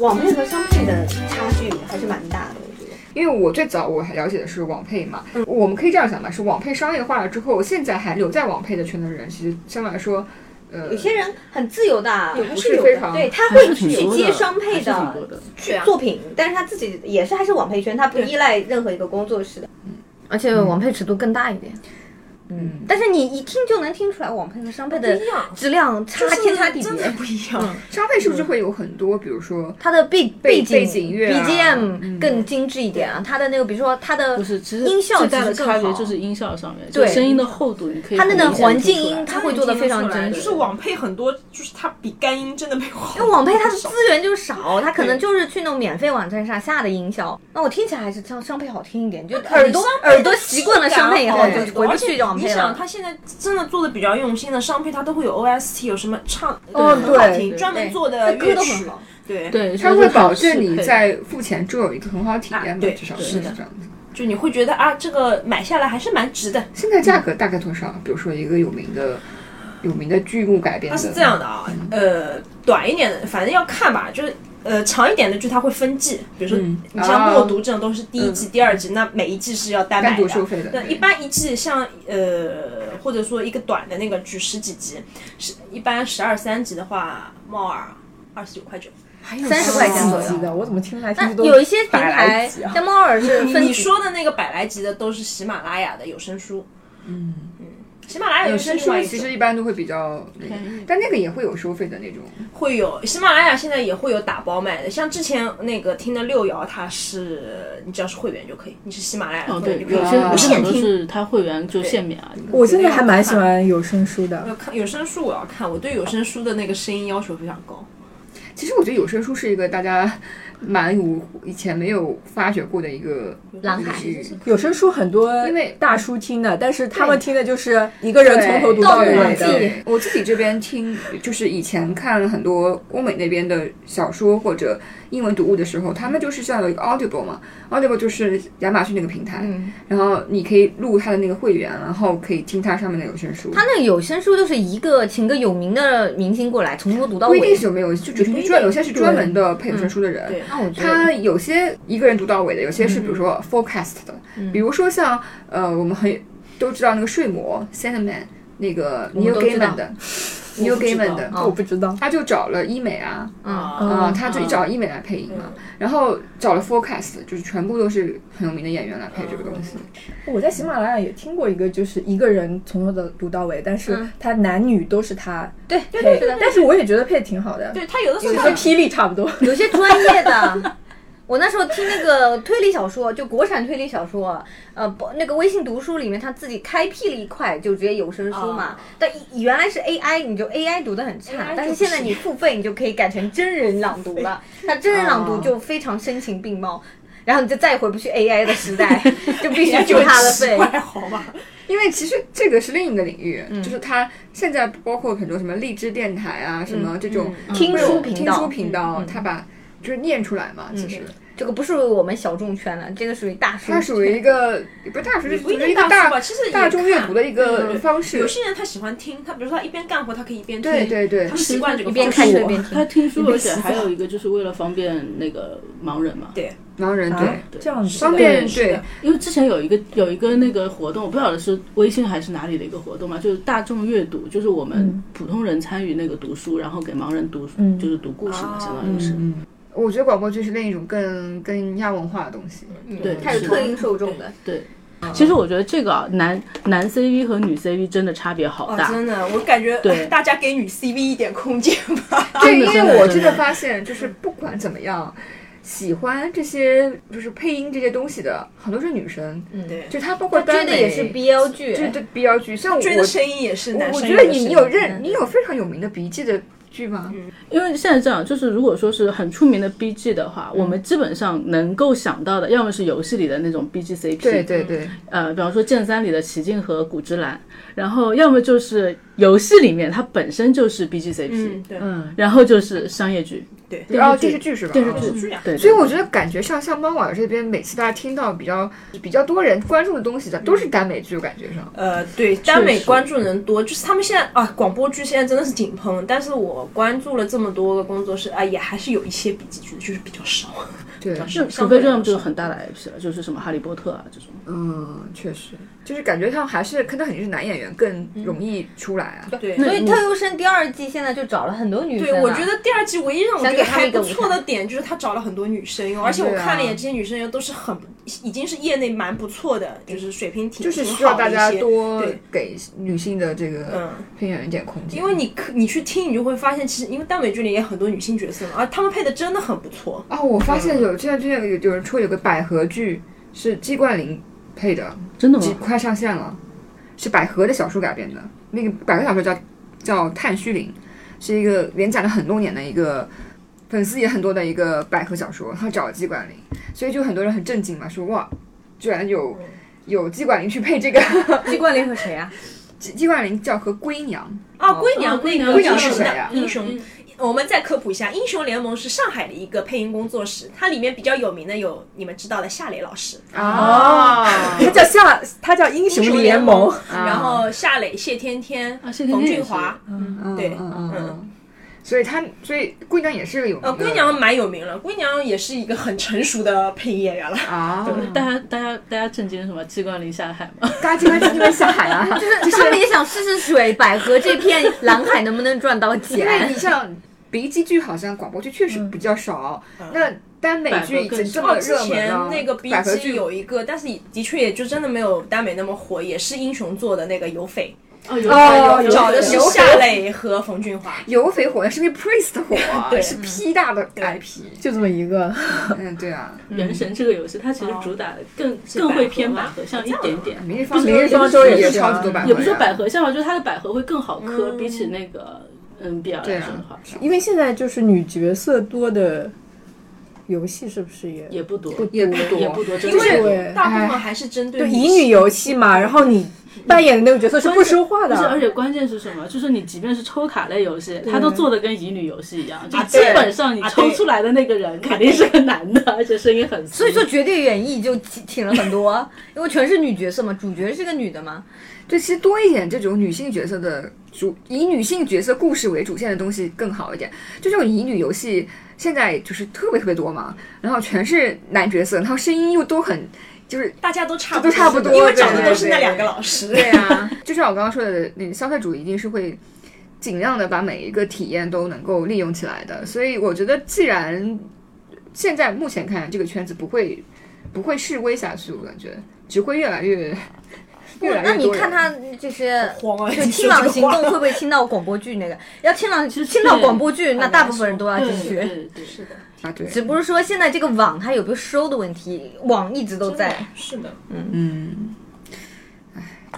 Speaker 5: 网配和商配的差距还是蛮大的，我觉得。
Speaker 4: 因为我最早我还了解的是网配嘛，我们可以这样想吧，是网配商业化了之后，现在还留在网配的圈的人，其实相对来说，呃
Speaker 5: 有，些人很自由的，还
Speaker 4: 不
Speaker 5: 是
Speaker 4: 是
Speaker 5: 有
Speaker 4: 非
Speaker 5: 的，
Speaker 4: 常
Speaker 5: 对他
Speaker 8: 还
Speaker 5: 会
Speaker 8: 是挺
Speaker 5: 去
Speaker 8: 多
Speaker 5: 接
Speaker 8: 的，
Speaker 5: 商
Speaker 8: 还
Speaker 5: 配
Speaker 8: 是挺多的。
Speaker 6: 对啊
Speaker 5: 作品，但是他自己也是还是网配圈，他不依赖任何一个工作室的，嗯而且网配尺度更大一点。嗯，但是你一听就能听出来，网配和商配的
Speaker 6: 不一样
Speaker 5: 质量差
Speaker 6: 就是
Speaker 5: 天差地
Speaker 6: 真的
Speaker 5: 别。
Speaker 6: 不一样。
Speaker 4: 商配是不是会有很多，比如说
Speaker 5: 它的背
Speaker 4: 背
Speaker 5: 景
Speaker 4: 背景乐啊
Speaker 5: BGM
Speaker 6: 嗯
Speaker 5: 更精致一点啊，它的那个比如说它的
Speaker 8: 不是，其实
Speaker 5: 音效
Speaker 8: 最
Speaker 5: 其
Speaker 8: 大
Speaker 5: 实
Speaker 8: 的
Speaker 5: 更
Speaker 8: 差别
Speaker 5: 好
Speaker 8: 就是音效上面，
Speaker 5: 对
Speaker 8: 就声音的厚度，你可以
Speaker 5: 它那
Speaker 8: 很
Speaker 5: 个
Speaker 8: 明显
Speaker 5: 环
Speaker 8: 地
Speaker 5: 境
Speaker 8: 听出来
Speaker 5: 音，它会做的非常
Speaker 6: 真，
Speaker 5: 真
Speaker 6: 就
Speaker 5: 实
Speaker 6: 是。网配很多，就是它比干音真的没有好。
Speaker 5: 因为网配它的资源就少，它可能就是去那种免费网站上下的音效，那我听起来还是像商配好听一点，就耳朵耳朵习惯了商配以
Speaker 6: 哦
Speaker 5: 后就回不去网
Speaker 6: 你
Speaker 5: 配
Speaker 6: 想，
Speaker 5: 了。
Speaker 6: 他现在真的做的比较用心的商配，他都会有 OST，有什么唱
Speaker 7: 哦
Speaker 6: 很好
Speaker 7: 对
Speaker 6: 听，
Speaker 8: 对
Speaker 6: 专门做
Speaker 5: 它
Speaker 6: 的
Speaker 5: 歌
Speaker 6: 乐
Speaker 5: 都
Speaker 6: 曲
Speaker 5: 很，好，
Speaker 6: 对，
Speaker 8: 对，
Speaker 4: 它
Speaker 8: 所以
Speaker 4: 会
Speaker 8: 就
Speaker 4: 保
Speaker 8: 很适
Speaker 4: 证你
Speaker 8: 配啊
Speaker 4: 在付钱之后有一个很好的体验
Speaker 6: 啊
Speaker 4: 嘛，
Speaker 6: 对
Speaker 4: 至少
Speaker 6: 是的
Speaker 4: 这样子。
Speaker 6: 就你会觉得啊，这个买下来还是蛮值的。
Speaker 4: 现在价格大概多少？比如说一个有名的、有名的剧目改编
Speaker 6: 它
Speaker 4: 的，
Speaker 6: 是这样的啊，
Speaker 5: 嗯
Speaker 6: 呃，短一点的，反正要看吧，就是呃长一点的剧它会分季，比如说
Speaker 4: 嗯
Speaker 6: 你像《
Speaker 4: 啊
Speaker 6: 默读》这种都是第一
Speaker 5: 嗯
Speaker 6: 季、第二季，那每一季是要单
Speaker 4: 单
Speaker 6: 买
Speaker 4: 独收
Speaker 6: 的。
Speaker 4: 费的。
Speaker 6: 那一般一季像呃，或者说一个短的那个剧十几集，是一般十二三集的话，猫耳二十九块九。
Speaker 5: 三十块钱左
Speaker 7: 几集
Speaker 5: 右。
Speaker 7: 的，我怎么听来听
Speaker 5: 那
Speaker 7: 去都
Speaker 5: 有一些平
Speaker 7: 百来
Speaker 5: 台
Speaker 7: 集啊，
Speaker 5: 像猫耳是
Speaker 6: 你
Speaker 5: 分
Speaker 6: 你
Speaker 5: 级
Speaker 6: 说的那个百来集的都是喜马拉雅的有声书，嗯嗯，喜马拉雅
Speaker 4: 有
Speaker 6: 有
Speaker 4: 声
Speaker 6: 声书
Speaker 4: 书其实一般都会比较那个，但那个也会有收费的那种。
Speaker 6: 会有喜马拉雅现在也会有打包卖的，像之前那个听的六爻，它是你只要是会员就可以，你是喜马拉雅的
Speaker 8: 哦，
Speaker 6: 会
Speaker 8: 对，
Speaker 6: 员就可以。
Speaker 8: 有些有些
Speaker 6: 限
Speaker 8: 很多
Speaker 6: 听。
Speaker 8: 是它会员就限免啊。
Speaker 7: 我现在还蛮喜欢有声书的，
Speaker 6: 要看有声书，我要看，我对有声书的那个声音要求非常高。
Speaker 4: 其实我觉得有声书是一个大家蛮无以前没有发掘过的一个
Speaker 5: 蓝海
Speaker 4: 领域。
Speaker 7: 有声书很多，
Speaker 4: 因为
Speaker 7: 大叔听的，但是他们听的就是一个人从头读
Speaker 4: 对
Speaker 7: 到
Speaker 5: 盗
Speaker 7: 尾
Speaker 5: 墓笔记
Speaker 7: 的。
Speaker 4: 对我自己这边听，就是以前看很多欧美那边的小说或者英文读物的时候，他们就是像有一个 Audible 嘛，Audible 就是亚马逊那个平台，
Speaker 7: 嗯
Speaker 4: 然后你可以录它的那个会员，然后可以听它上面的有声书。
Speaker 5: 他那个有声书就是一个请个有名的明星过来，从头读到
Speaker 4: 不一定
Speaker 5: 尾。
Speaker 4: 是有没有，就只是专有些是专门的配有声书的人，
Speaker 6: 对
Speaker 5: 那我觉得
Speaker 4: 他有些一个人读到尾的，有些是比如说
Speaker 5: 嗯
Speaker 4: forecast 的，比如说像呃，我们很都知道那个睡魔 Sandman 那个
Speaker 5: 我们
Speaker 4: Neil
Speaker 5: 都知道哦
Speaker 4: Gaiman 的 Neil
Speaker 6: 我不知道
Speaker 4: Gaiman 的，
Speaker 7: 我不知道，
Speaker 4: 他就找了医美啊，
Speaker 5: 嗯
Speaker 4: 啊、
Speaker 7: 嗯
Speaker 4: 他就找医美来配音嘛，然后找了 forecast，就是全部都是很有名的演员来
Speaker 5: 哦
Speaker 4: 配这个东西。
Speaker 7: 我在喜马拉雅也听过一个，就是一个人从头的读到尾，但是他男女都是他
Speaker 5: 对
Speaker 7: 配，但是我也觉得配的挺好的，
Speaker 6: 对他有的时候
Speaker 7: 就
Speaker 6: 它
Speaker 7: 和霹雳差不多。
Speaker 5: 有些专业的。我那时候听那个推理小说，就国产推理小说，呃，不，那个微信读书里面他自己开辟了一块，就直接有声书嘛。
Speaker 6: 哦
Speaker 5: 但一原来是 AI，你就 AI 读的很差
Speaker 6: AI，
Speaker 5: 但是现 在
Speaker 4: 哦
Speaker 5: 你付费，你就可以改成真人朗读了。他真人朗读就非常声情并茂。然后你就再也回不去 AI 的 时代，就必须付
Speaker 6: 就
Speaker 5: 他的
Speaker 6: 奇
Speaker 5: 费。
Speaker 6: 怪好吧？
Speaker 4: 因为其实这个是另一个领域，
Speaker 5: 嗯
Speaker 4: 就是它现在包括很多什么荔枝电台啊，什么这种
Speaker 5: 嗯听书频
Speaker 4: 听
Speaker 5: 道嗯
Speaker 4: 书频道，它把就是念出来嘛，其实
Speaker 5: 这个不属于我们小众圈了，这个属于大
Speaker 4: 它
Speaker 5: 圈。
Speaker 4: 属于一个也不是大学，
Speaker 6: 也
Speaker 4: 就
Speaker 6: 不一
Speaker 4: 是
Speaker 6: 定
Speaker 4: 一个
Speaker 6: 大
Speaker 4: 大
Speaker 6: 叔吧，其实也
Speaker 4: 大众阅读的一个
Speaker 6: 嗯
Speaker 4: 方
Speaker 6: 看 有
Speaker 4: 式。
Speaker 6: 些人他喜欢听，他比如说他一边干活，他可以一边听，
Speaker 4: 对对对
Speaker 6: 他，习惯这个
Speaker 5: 一边
Speaker 6: 方
Speaker 5: 看
Speaker 6: 式
Speaker 5: 书一边听
Speaker 8: 他。听书，而且还有一个就是为了方便那个盲人嘛。
Speaker 6: 对，
Speaker 4: 盲人对
Speaker 7: 这样子
Speaker 4: 方便
Speaker 6: 是
Speaker 4: 对
Speaker 6: 的，
Speaker 8: 因为之前有一个有一个那个活动，我不晓得是微信还是哪里的一个活动嘛，就是大众阅读，就是我们普通人参与那个读书，然后给盲人读，
Speaker 7: 嗯
Speaker 8: 就是读故事嘛，相当于
Speaker 6: 嗯
Speaker 8: 是。
Speaker 4: 我觉得广播剧是另一种更更亚文化的东
Speaker 6: 嗯
Speaker 4: 西。
Speaker 8: 对，
Speaker 5: 嗯它有
Speaker 8: 是
Speaker 5: 特
Speaker 8: 的
Speaker 5: 定受众的，
Speaker 8: 对。其实我觉得这个啊男男 CV 和女 CV 真的差别好
Speaker 6: 哦，
Speaker 8: 大，
Speaker 6: 真的，我感觉
Speaker 8: 对
Speaker 6: 大家给女 CV 一点空间吧。
Speaker 4: 对，
Speaker 8: 真
Speaker 4: 因
Speaker 8: 的真
Speaker 4: 为
Speaker 8: 的
Speaker 4: 我
Speaker 8: 真
Speaker 4: 真的
Speaker 8: 的
Speaker 4: 发现，就是不管怎么样，喜欢这些就是配音这些东西的，很多是女生。
Speaker 6: 对，
Speaker 4: 就她包括
Speaker 5: 他追
Speaker 4: 耽
Speaker 5: 的也
Speaker 4: 美
Speaker 5: 是 BL
Speaker 4: 对
Speaker 5: 剧，
Speaker 4: 对 BL 剧，像我
Speaker 6: 追的声音也是
Speaker 4: 我
Speaker 6: 男
Speaker 4: 我
Speaker 6: 生
Speaker 4: 觉
Speaker 6: 有
Speaker 4: 得
Speaker 6: 的声音。嗯
Speaker 4: 你你有认你有非常有名的笔记的剧吗？
Speaker 8: 因为现在这样，就是如果说是很出名的 BG 的话，
Speaker 4: 嗯
Speaker 8: 我们基本上能够想到的，要么是游戏里的那种 BG CP，
Speaker 4: 对对
Speaker 6: 嗯
Speaker 4: 对，
Speaker 8: 呃，比方说《剑三》里的齐静和古之兰，然后要么就是游戏里面它本身就是 BGCP，、
Speaker 6: 嗯，对，
Speaker 4: 嗯，
Speaker 8: 然后就是商业剧，
Speaker 6: 对
Speaker 8: 电
Speaker 4: 然后
Speaker 8: 视
Speaker 4: 电视
Speaker 8: 剧，
Speaker 4: 剧是吧？
Speaker 8: 电视
Speaker 4: 啊
Speaker 8: 剧
Speaker 6: 是呀
Speaker 8: 对，
Speaker 4: 所以我觉得感觉上，像猫耳这边，每次大家听到比较比较多人关注的东西的，都是耽美剧，我感觉上。
Speaker 6: 呃，对，耽美
Speaker 8: 实
Speaker 6: 关注人多，就是他们现在啊，广播剧现在真的是井喷。但是我关注了这么多个工作室啊，也还是有一些笔记剧的，就是比较 少。
Speaker 4: 对，
Speaker 8: 就除非这样就是很大的 IP 了，就是什么《哈利波特》啊这种。
Speaker 4: 嗯，确实，就是感觉上还是，可能肯定是男演员更容易出来啊。
Speaker 6: 对。
Speaker 5: 所以《特优生》第二季现在就找了很多女生啊。
Speaker 6: 对，我觉得第二季唯一让我
Speaker 5: 想
Speaker 6: 觉
Speaker 5: 给
Speaker 6: 得
Speaker 5: 他们
Speaker 6: 还
Speaker 5: 一个
Speaker 6: 不
Speaker 5: 舞
Speaker 6: 错
Speaker 5: 台
Speaker 6: 的点就是他找了很多女生哟，而且我
Speaker 4: 对啊
Speaker 6: 看了一眼，这些女生又都是很已经是业内蛮不错的，就是水平挺
Speaker 4: 就是
Speaker 6: 挺
Speaker 4: 需要
Speaker 6: 好的
Speaker 4: 大
Speaker 6: 一
Speaker 4: 家
Speaker 6: 些
Speaker 4: 多
Speaker 6: 对
Speaker 4: 给女性的这个
Speaker 6: 嗯。
Speaker 4: 配音演员一点空间，
Speaker 6: 因为你可你去听，你就会发现，其实因为耽美剧里也很多女性角色嘛，啊，她们配的真的很不错。
Speaker 4: 啊，我发
Speaker 6: 嗯
Speaker 4: 现有现在最近有有人说有个百合剧是季冠霖配的，
Speaker 8: 真的
Speaker 4: 几
Speaker 8: 吗？
Speaker 4: 快上线了，是百合的小说改编的。那个百合小说叫叫《探虚岭》，是一个连载了很多年的一个粉丝也很多的一个百合小说。他找了季管林，所以就很多人很震惊嘛，说哇，居然有有季管林去配这个。
Speaker 5: 季冠霖和谁啊？
Speaker 4: 季季管林叫和龟娘，
Speaker 6: 啊，龟娘，
Speaker 8: 哦龟
Speaker 6: 娘
Speaker 8: 娘
Speaker 4: 龟娘是谁啊
Speaker 6: 英
Speaker 8: 嗯
Speaker 6: 雄，我们再科普一下，英雄联盟是上海的一个配音工作室，它里面比较有名的有你们知道的夏磊老师，
Speaker 4: 哦，
Speaker 7: 他叫夏，他叫英雄联盟，
Speaker 6: 然后夏磊、谢天天、
Speaker 8: 啊谢天天
Speaker 6: 冯
Speaker 8: 也
Speaker 6: 俊
Speaker 8: 是
Speaker 6: 华，
Speaker 4: 嗯
Speaker 6: 对
Speaker 4: 嗯嗯
Speaker 6: 嗯
Speaker 4: 嗯。所以他，所以龟娘也是个有名
Speaker 6: 呃，
Speaker 4: 的
Speaker 6: 龟娘蛮有名了，龟娘也是一个很成熟的配音演 员了。
Speaker 4: 啊，
Speaker 8: 大家大家大家震惊什么？季冠霖下海吗？
Speaker 4: 大家今天今天下海 啊，就是
Speaker 5: 他们也想试试水百合这片蓝海能不能赚到
Speaker 4: 因为你
Speaker 5: 钱。
Speaker 4: 像鼻基剧，好像广播剧确实比较少，那耽美剧已经这么
Speaker 6: 嗯哦，之
Speaker 4: 热门
Speaker 6: 前
Speaker 4: 了，
Speaker 6: 那个 B
Speaker 4: 百合
Speaker 6: 机
Speaker 4: 剧
Speaker 6: 有一个，但是的确也就真的没有耽美那么火，也是英雄做的那个有匪，
Speaker 8: 哦，有
Speaker 4: 哦有
Speaker 6: 找的是
Speaker 4: 有匪
Speaker 6: 夏磊和冯俊华。
Speaker 4: 有匪火，是因为 Priest 火啊，
Speaker 6: 对嗯
Speaker 4: 是 P 大的
Speaker 6: 对
Speaker 4: IP，
Speaker 7: 就这么一个。
Speaker 4: 嗯，对啊，
Speaker 8: 原神这个游戏，它其实主打的更更会偏百合像一点点。
Speaker 4: 明日方
Speaker 7: 明日方
Speaker 4: 舟
Speaker 7: 舟
Speaker 4: 也
Speaker 7: 也是
Speaker 6: 啊
Speaker 4: 超级多百哎合呀，
Speaker 8: 也不是说百合像吧，就是它的百合会更好磕，比起那个嗯 NBL
Speaker 4: 对
Speaker 8: 来
Speaker 4: 啊
Speaker 8: 说的话，
Speaker 7: 因为现在就是女角色多的游戏是不是也
Speaker 8: 也不多，
Speaker 4: 也不
Speaker 8: 也
Speaker 4: 多
Speaker 8: 不。多，真
Speaker 6: 因
Speaker 8: 的是
Speaker 6: 为
Speaker 7: 对啊
Speaker 6: 大部分还是针对
Speaker 7: 对乙女游戏嘛？然后你扮演的那个角色是不说话
Speaker 8: 不
Speaker 7: 的，
Speaker 8: 是，而且关键是什么？就是你即便是抽卡类游戏，它都做的跟乙女游戏一样，就基本上你抽出来的那个人肯定是个男的，而且声音很粗。
Speaker 5: 所以说《绝对演绎》就请请了很多，因为全是女角色嘛，主角是个女的嘛。
Speaker 4: 对，其实多一点这种女性角色的主，以女性角色故事为主线的东西更好一点。就这种乙女游戏现在就是特别特别多嘛，然后全是男角色，然后声音又都很就是
Speaker 6: 大家都差
Speaker 4: 都差不多
Speaker 6: 因为找的
Speaker 4: 对
Speaker 6: 都是那
Speaker 4: 对
Speaker 6: 两个老师。
Speaker 4: 对 啊，就像我刚刚说的，那个消费主义一定是会尽量的把每一个体验都能够利用起来的。所以我觉得，既然现在目前看这个圈子不会不会示威下去，我感觉只会越来越越来
Speaker 5: 那
Speaker 4: 越
Speaker 5: 你
Speaker 4: 多人。
Speaker 5: 看他这些。
Speaker 6: 慌啊！
Speaker 5: 就
Speaker 6: 你
Speaker 5: 清
Speaker 6: 说
Speaker 5: 朗
Speaker 6: 这
Speaker 5: 行
Speaker 6: 个话
Speaker 5: 动会不会清到广播剧那个？要清朗
Speaker 8: 其实
Speaker 5: 清到
Speaker 8: 对
Speaker 5: 广播剧，那
Speaker 6: 很
Speaker 5: 大
Speaker 6: 难
Speaker 5: 部分人都要
Speaker 8: 对
Speaker 5: 进去。
Speaker 8: 对对对，
Speaker 6: 是的，
Speaker 4: 啊，对，
Speaker 5: 只不过说现在这个网它有没有收的问题，网一直都在。
Speaker 6: 是的，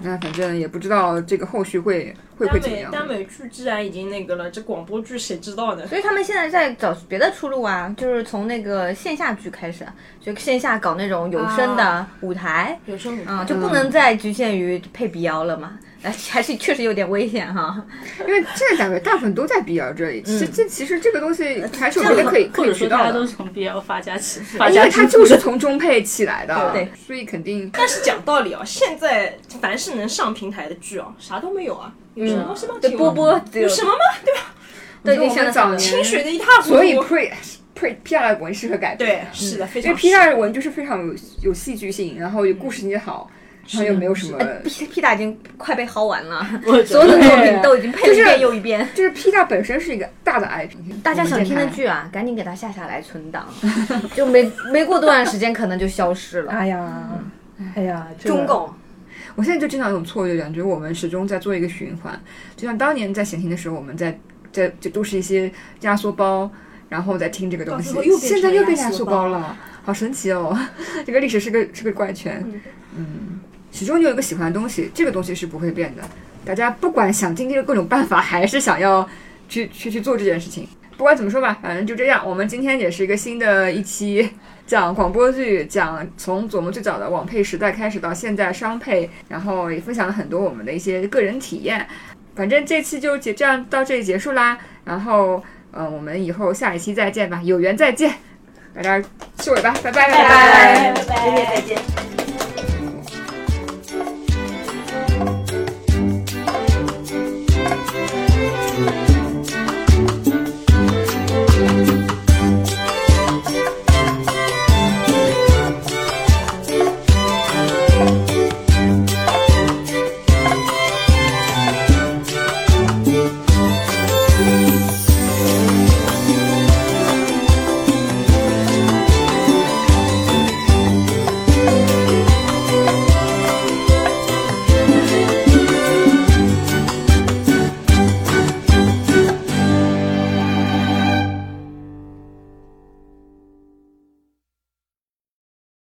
Speaker 4: 那反正也不知道这个后续会会 会
Speaker 6: 耽
Speaker 4: 怎么
Speaker 6: 美
Speaker 4: 样？
Speaker 6: 耽美剧既然已经那个了，这广播剧谁知道呢？
Speaker 5: 所以他们现在在找别的出路啊，就是从那个线下剧开始啊，就线下搞那种有声的舞台，
Speaker 6: 有声
Speaker 5: 啊、就不能再局限于配比腰了嘛， 哎，还是确实有点危险哈。
Speaker 4: 因为现在感觉大部分都在 BL 这里，其实
Speaker 5: 嗯
Speaker 4: 这其实这个东西还是有别的可以
Speaker 8: 或
Speaker 4: 可
Speaker 8: 者
Speaker 4: 以
Speaker 8: 说
Speaker 4: 渠
Speaker 8: 大
Speaker 4: 道
Speaker 8: 家都
Speaker 4: 的，
Speaker 8: 是从 BL 发家起发
Speaker 4: 哎因
Speaker 8: 家
Speaker 4: 为
Speaker 8: 致
Speaker 4: 它
Speaker 8: 富
Speaker 4: 就是从中配起来的，
Speaker 5: 对，
Speaker 4: 所以肯定
Speaker 6: 但是讲道理啊，现在凡是能上平台的剧啊，啥都没有啊，有什么东西吗？
Speaker 5: 对，
Speaker 6: 请问
Speaker 5: 波波只有
Speaker 6: 有什么吗？对吧？
Speaker 5: 都已
Speaker 4: 跟
Speaker 5: 经
Speaker 4: 我
Speaker 5: 上
Speaker 4: 们
Speaker 5: 了
Speaker 4: 早
Speaker 6: 清
Speaker 4: 年，
Speaker 6: 水的一塌糊
Speaker 4: 嗯
Speaker 6: 涂。
Speaker 4: 所以 pre pre PR 文适合改编，
Speaker 6: 对，是的，非
Speaker 4: 因
Speaker 6: 常
Speaker 4: 为 PR 文就是非常有有戏剧性，然后有故事性也好，然后又没有什么。
Speaker 5: 哎 P P 大已经快被薅完了，
Speaker 8: 我觉
Speaker 5: 所有
Speaker 8: 得
Speaker 5: 的作品都已经配了一遍又一遍。
Speaker 4: 就是 P 大本身是一个大的 IP，
Speaker 5: 大家想听的剧啊，赶紧给它下下来存档，就没没过多长时间可能就消失了。
Speaker 7: 哎呀，哎呀，这个
Speaker 5: 中共
Speaker 4: 我现在就经常有种错觉，感觉我们始终在做一个循环。就像当年在闲庭的时候，我们在在就都是一些压缩包，然后再听这个东西
Speaker 6: 到最后又，变成
Speaker 4: 现在又变
Speaker 6: 压
Speaker 4: 压
Speaker 6: 缩
Speaker 4: 缩
Speaker 6: 包
Speaker 4: 包了，好神奇哦！ 这个历史是个是个怪圈，嗯，始终有一个喜欢的东西，这个东西是不会变的。大家不管想尽这个各种办法，还是想要去去去做这件事情。不管怎么说吧，反正就这样。我们今天也是一个新的一期，讲广播剧，讲从我们最早的网配时代开始到现在商配，然后也分享了很多我们的一些个人体验。反正这期就结这样到这里结束啦。然后，呃，我们以后下一期再见吧，有缘再见。大家收尾吧，拜拜拜拜
Speaker 6: 拜拜。
Speaker 4: 拜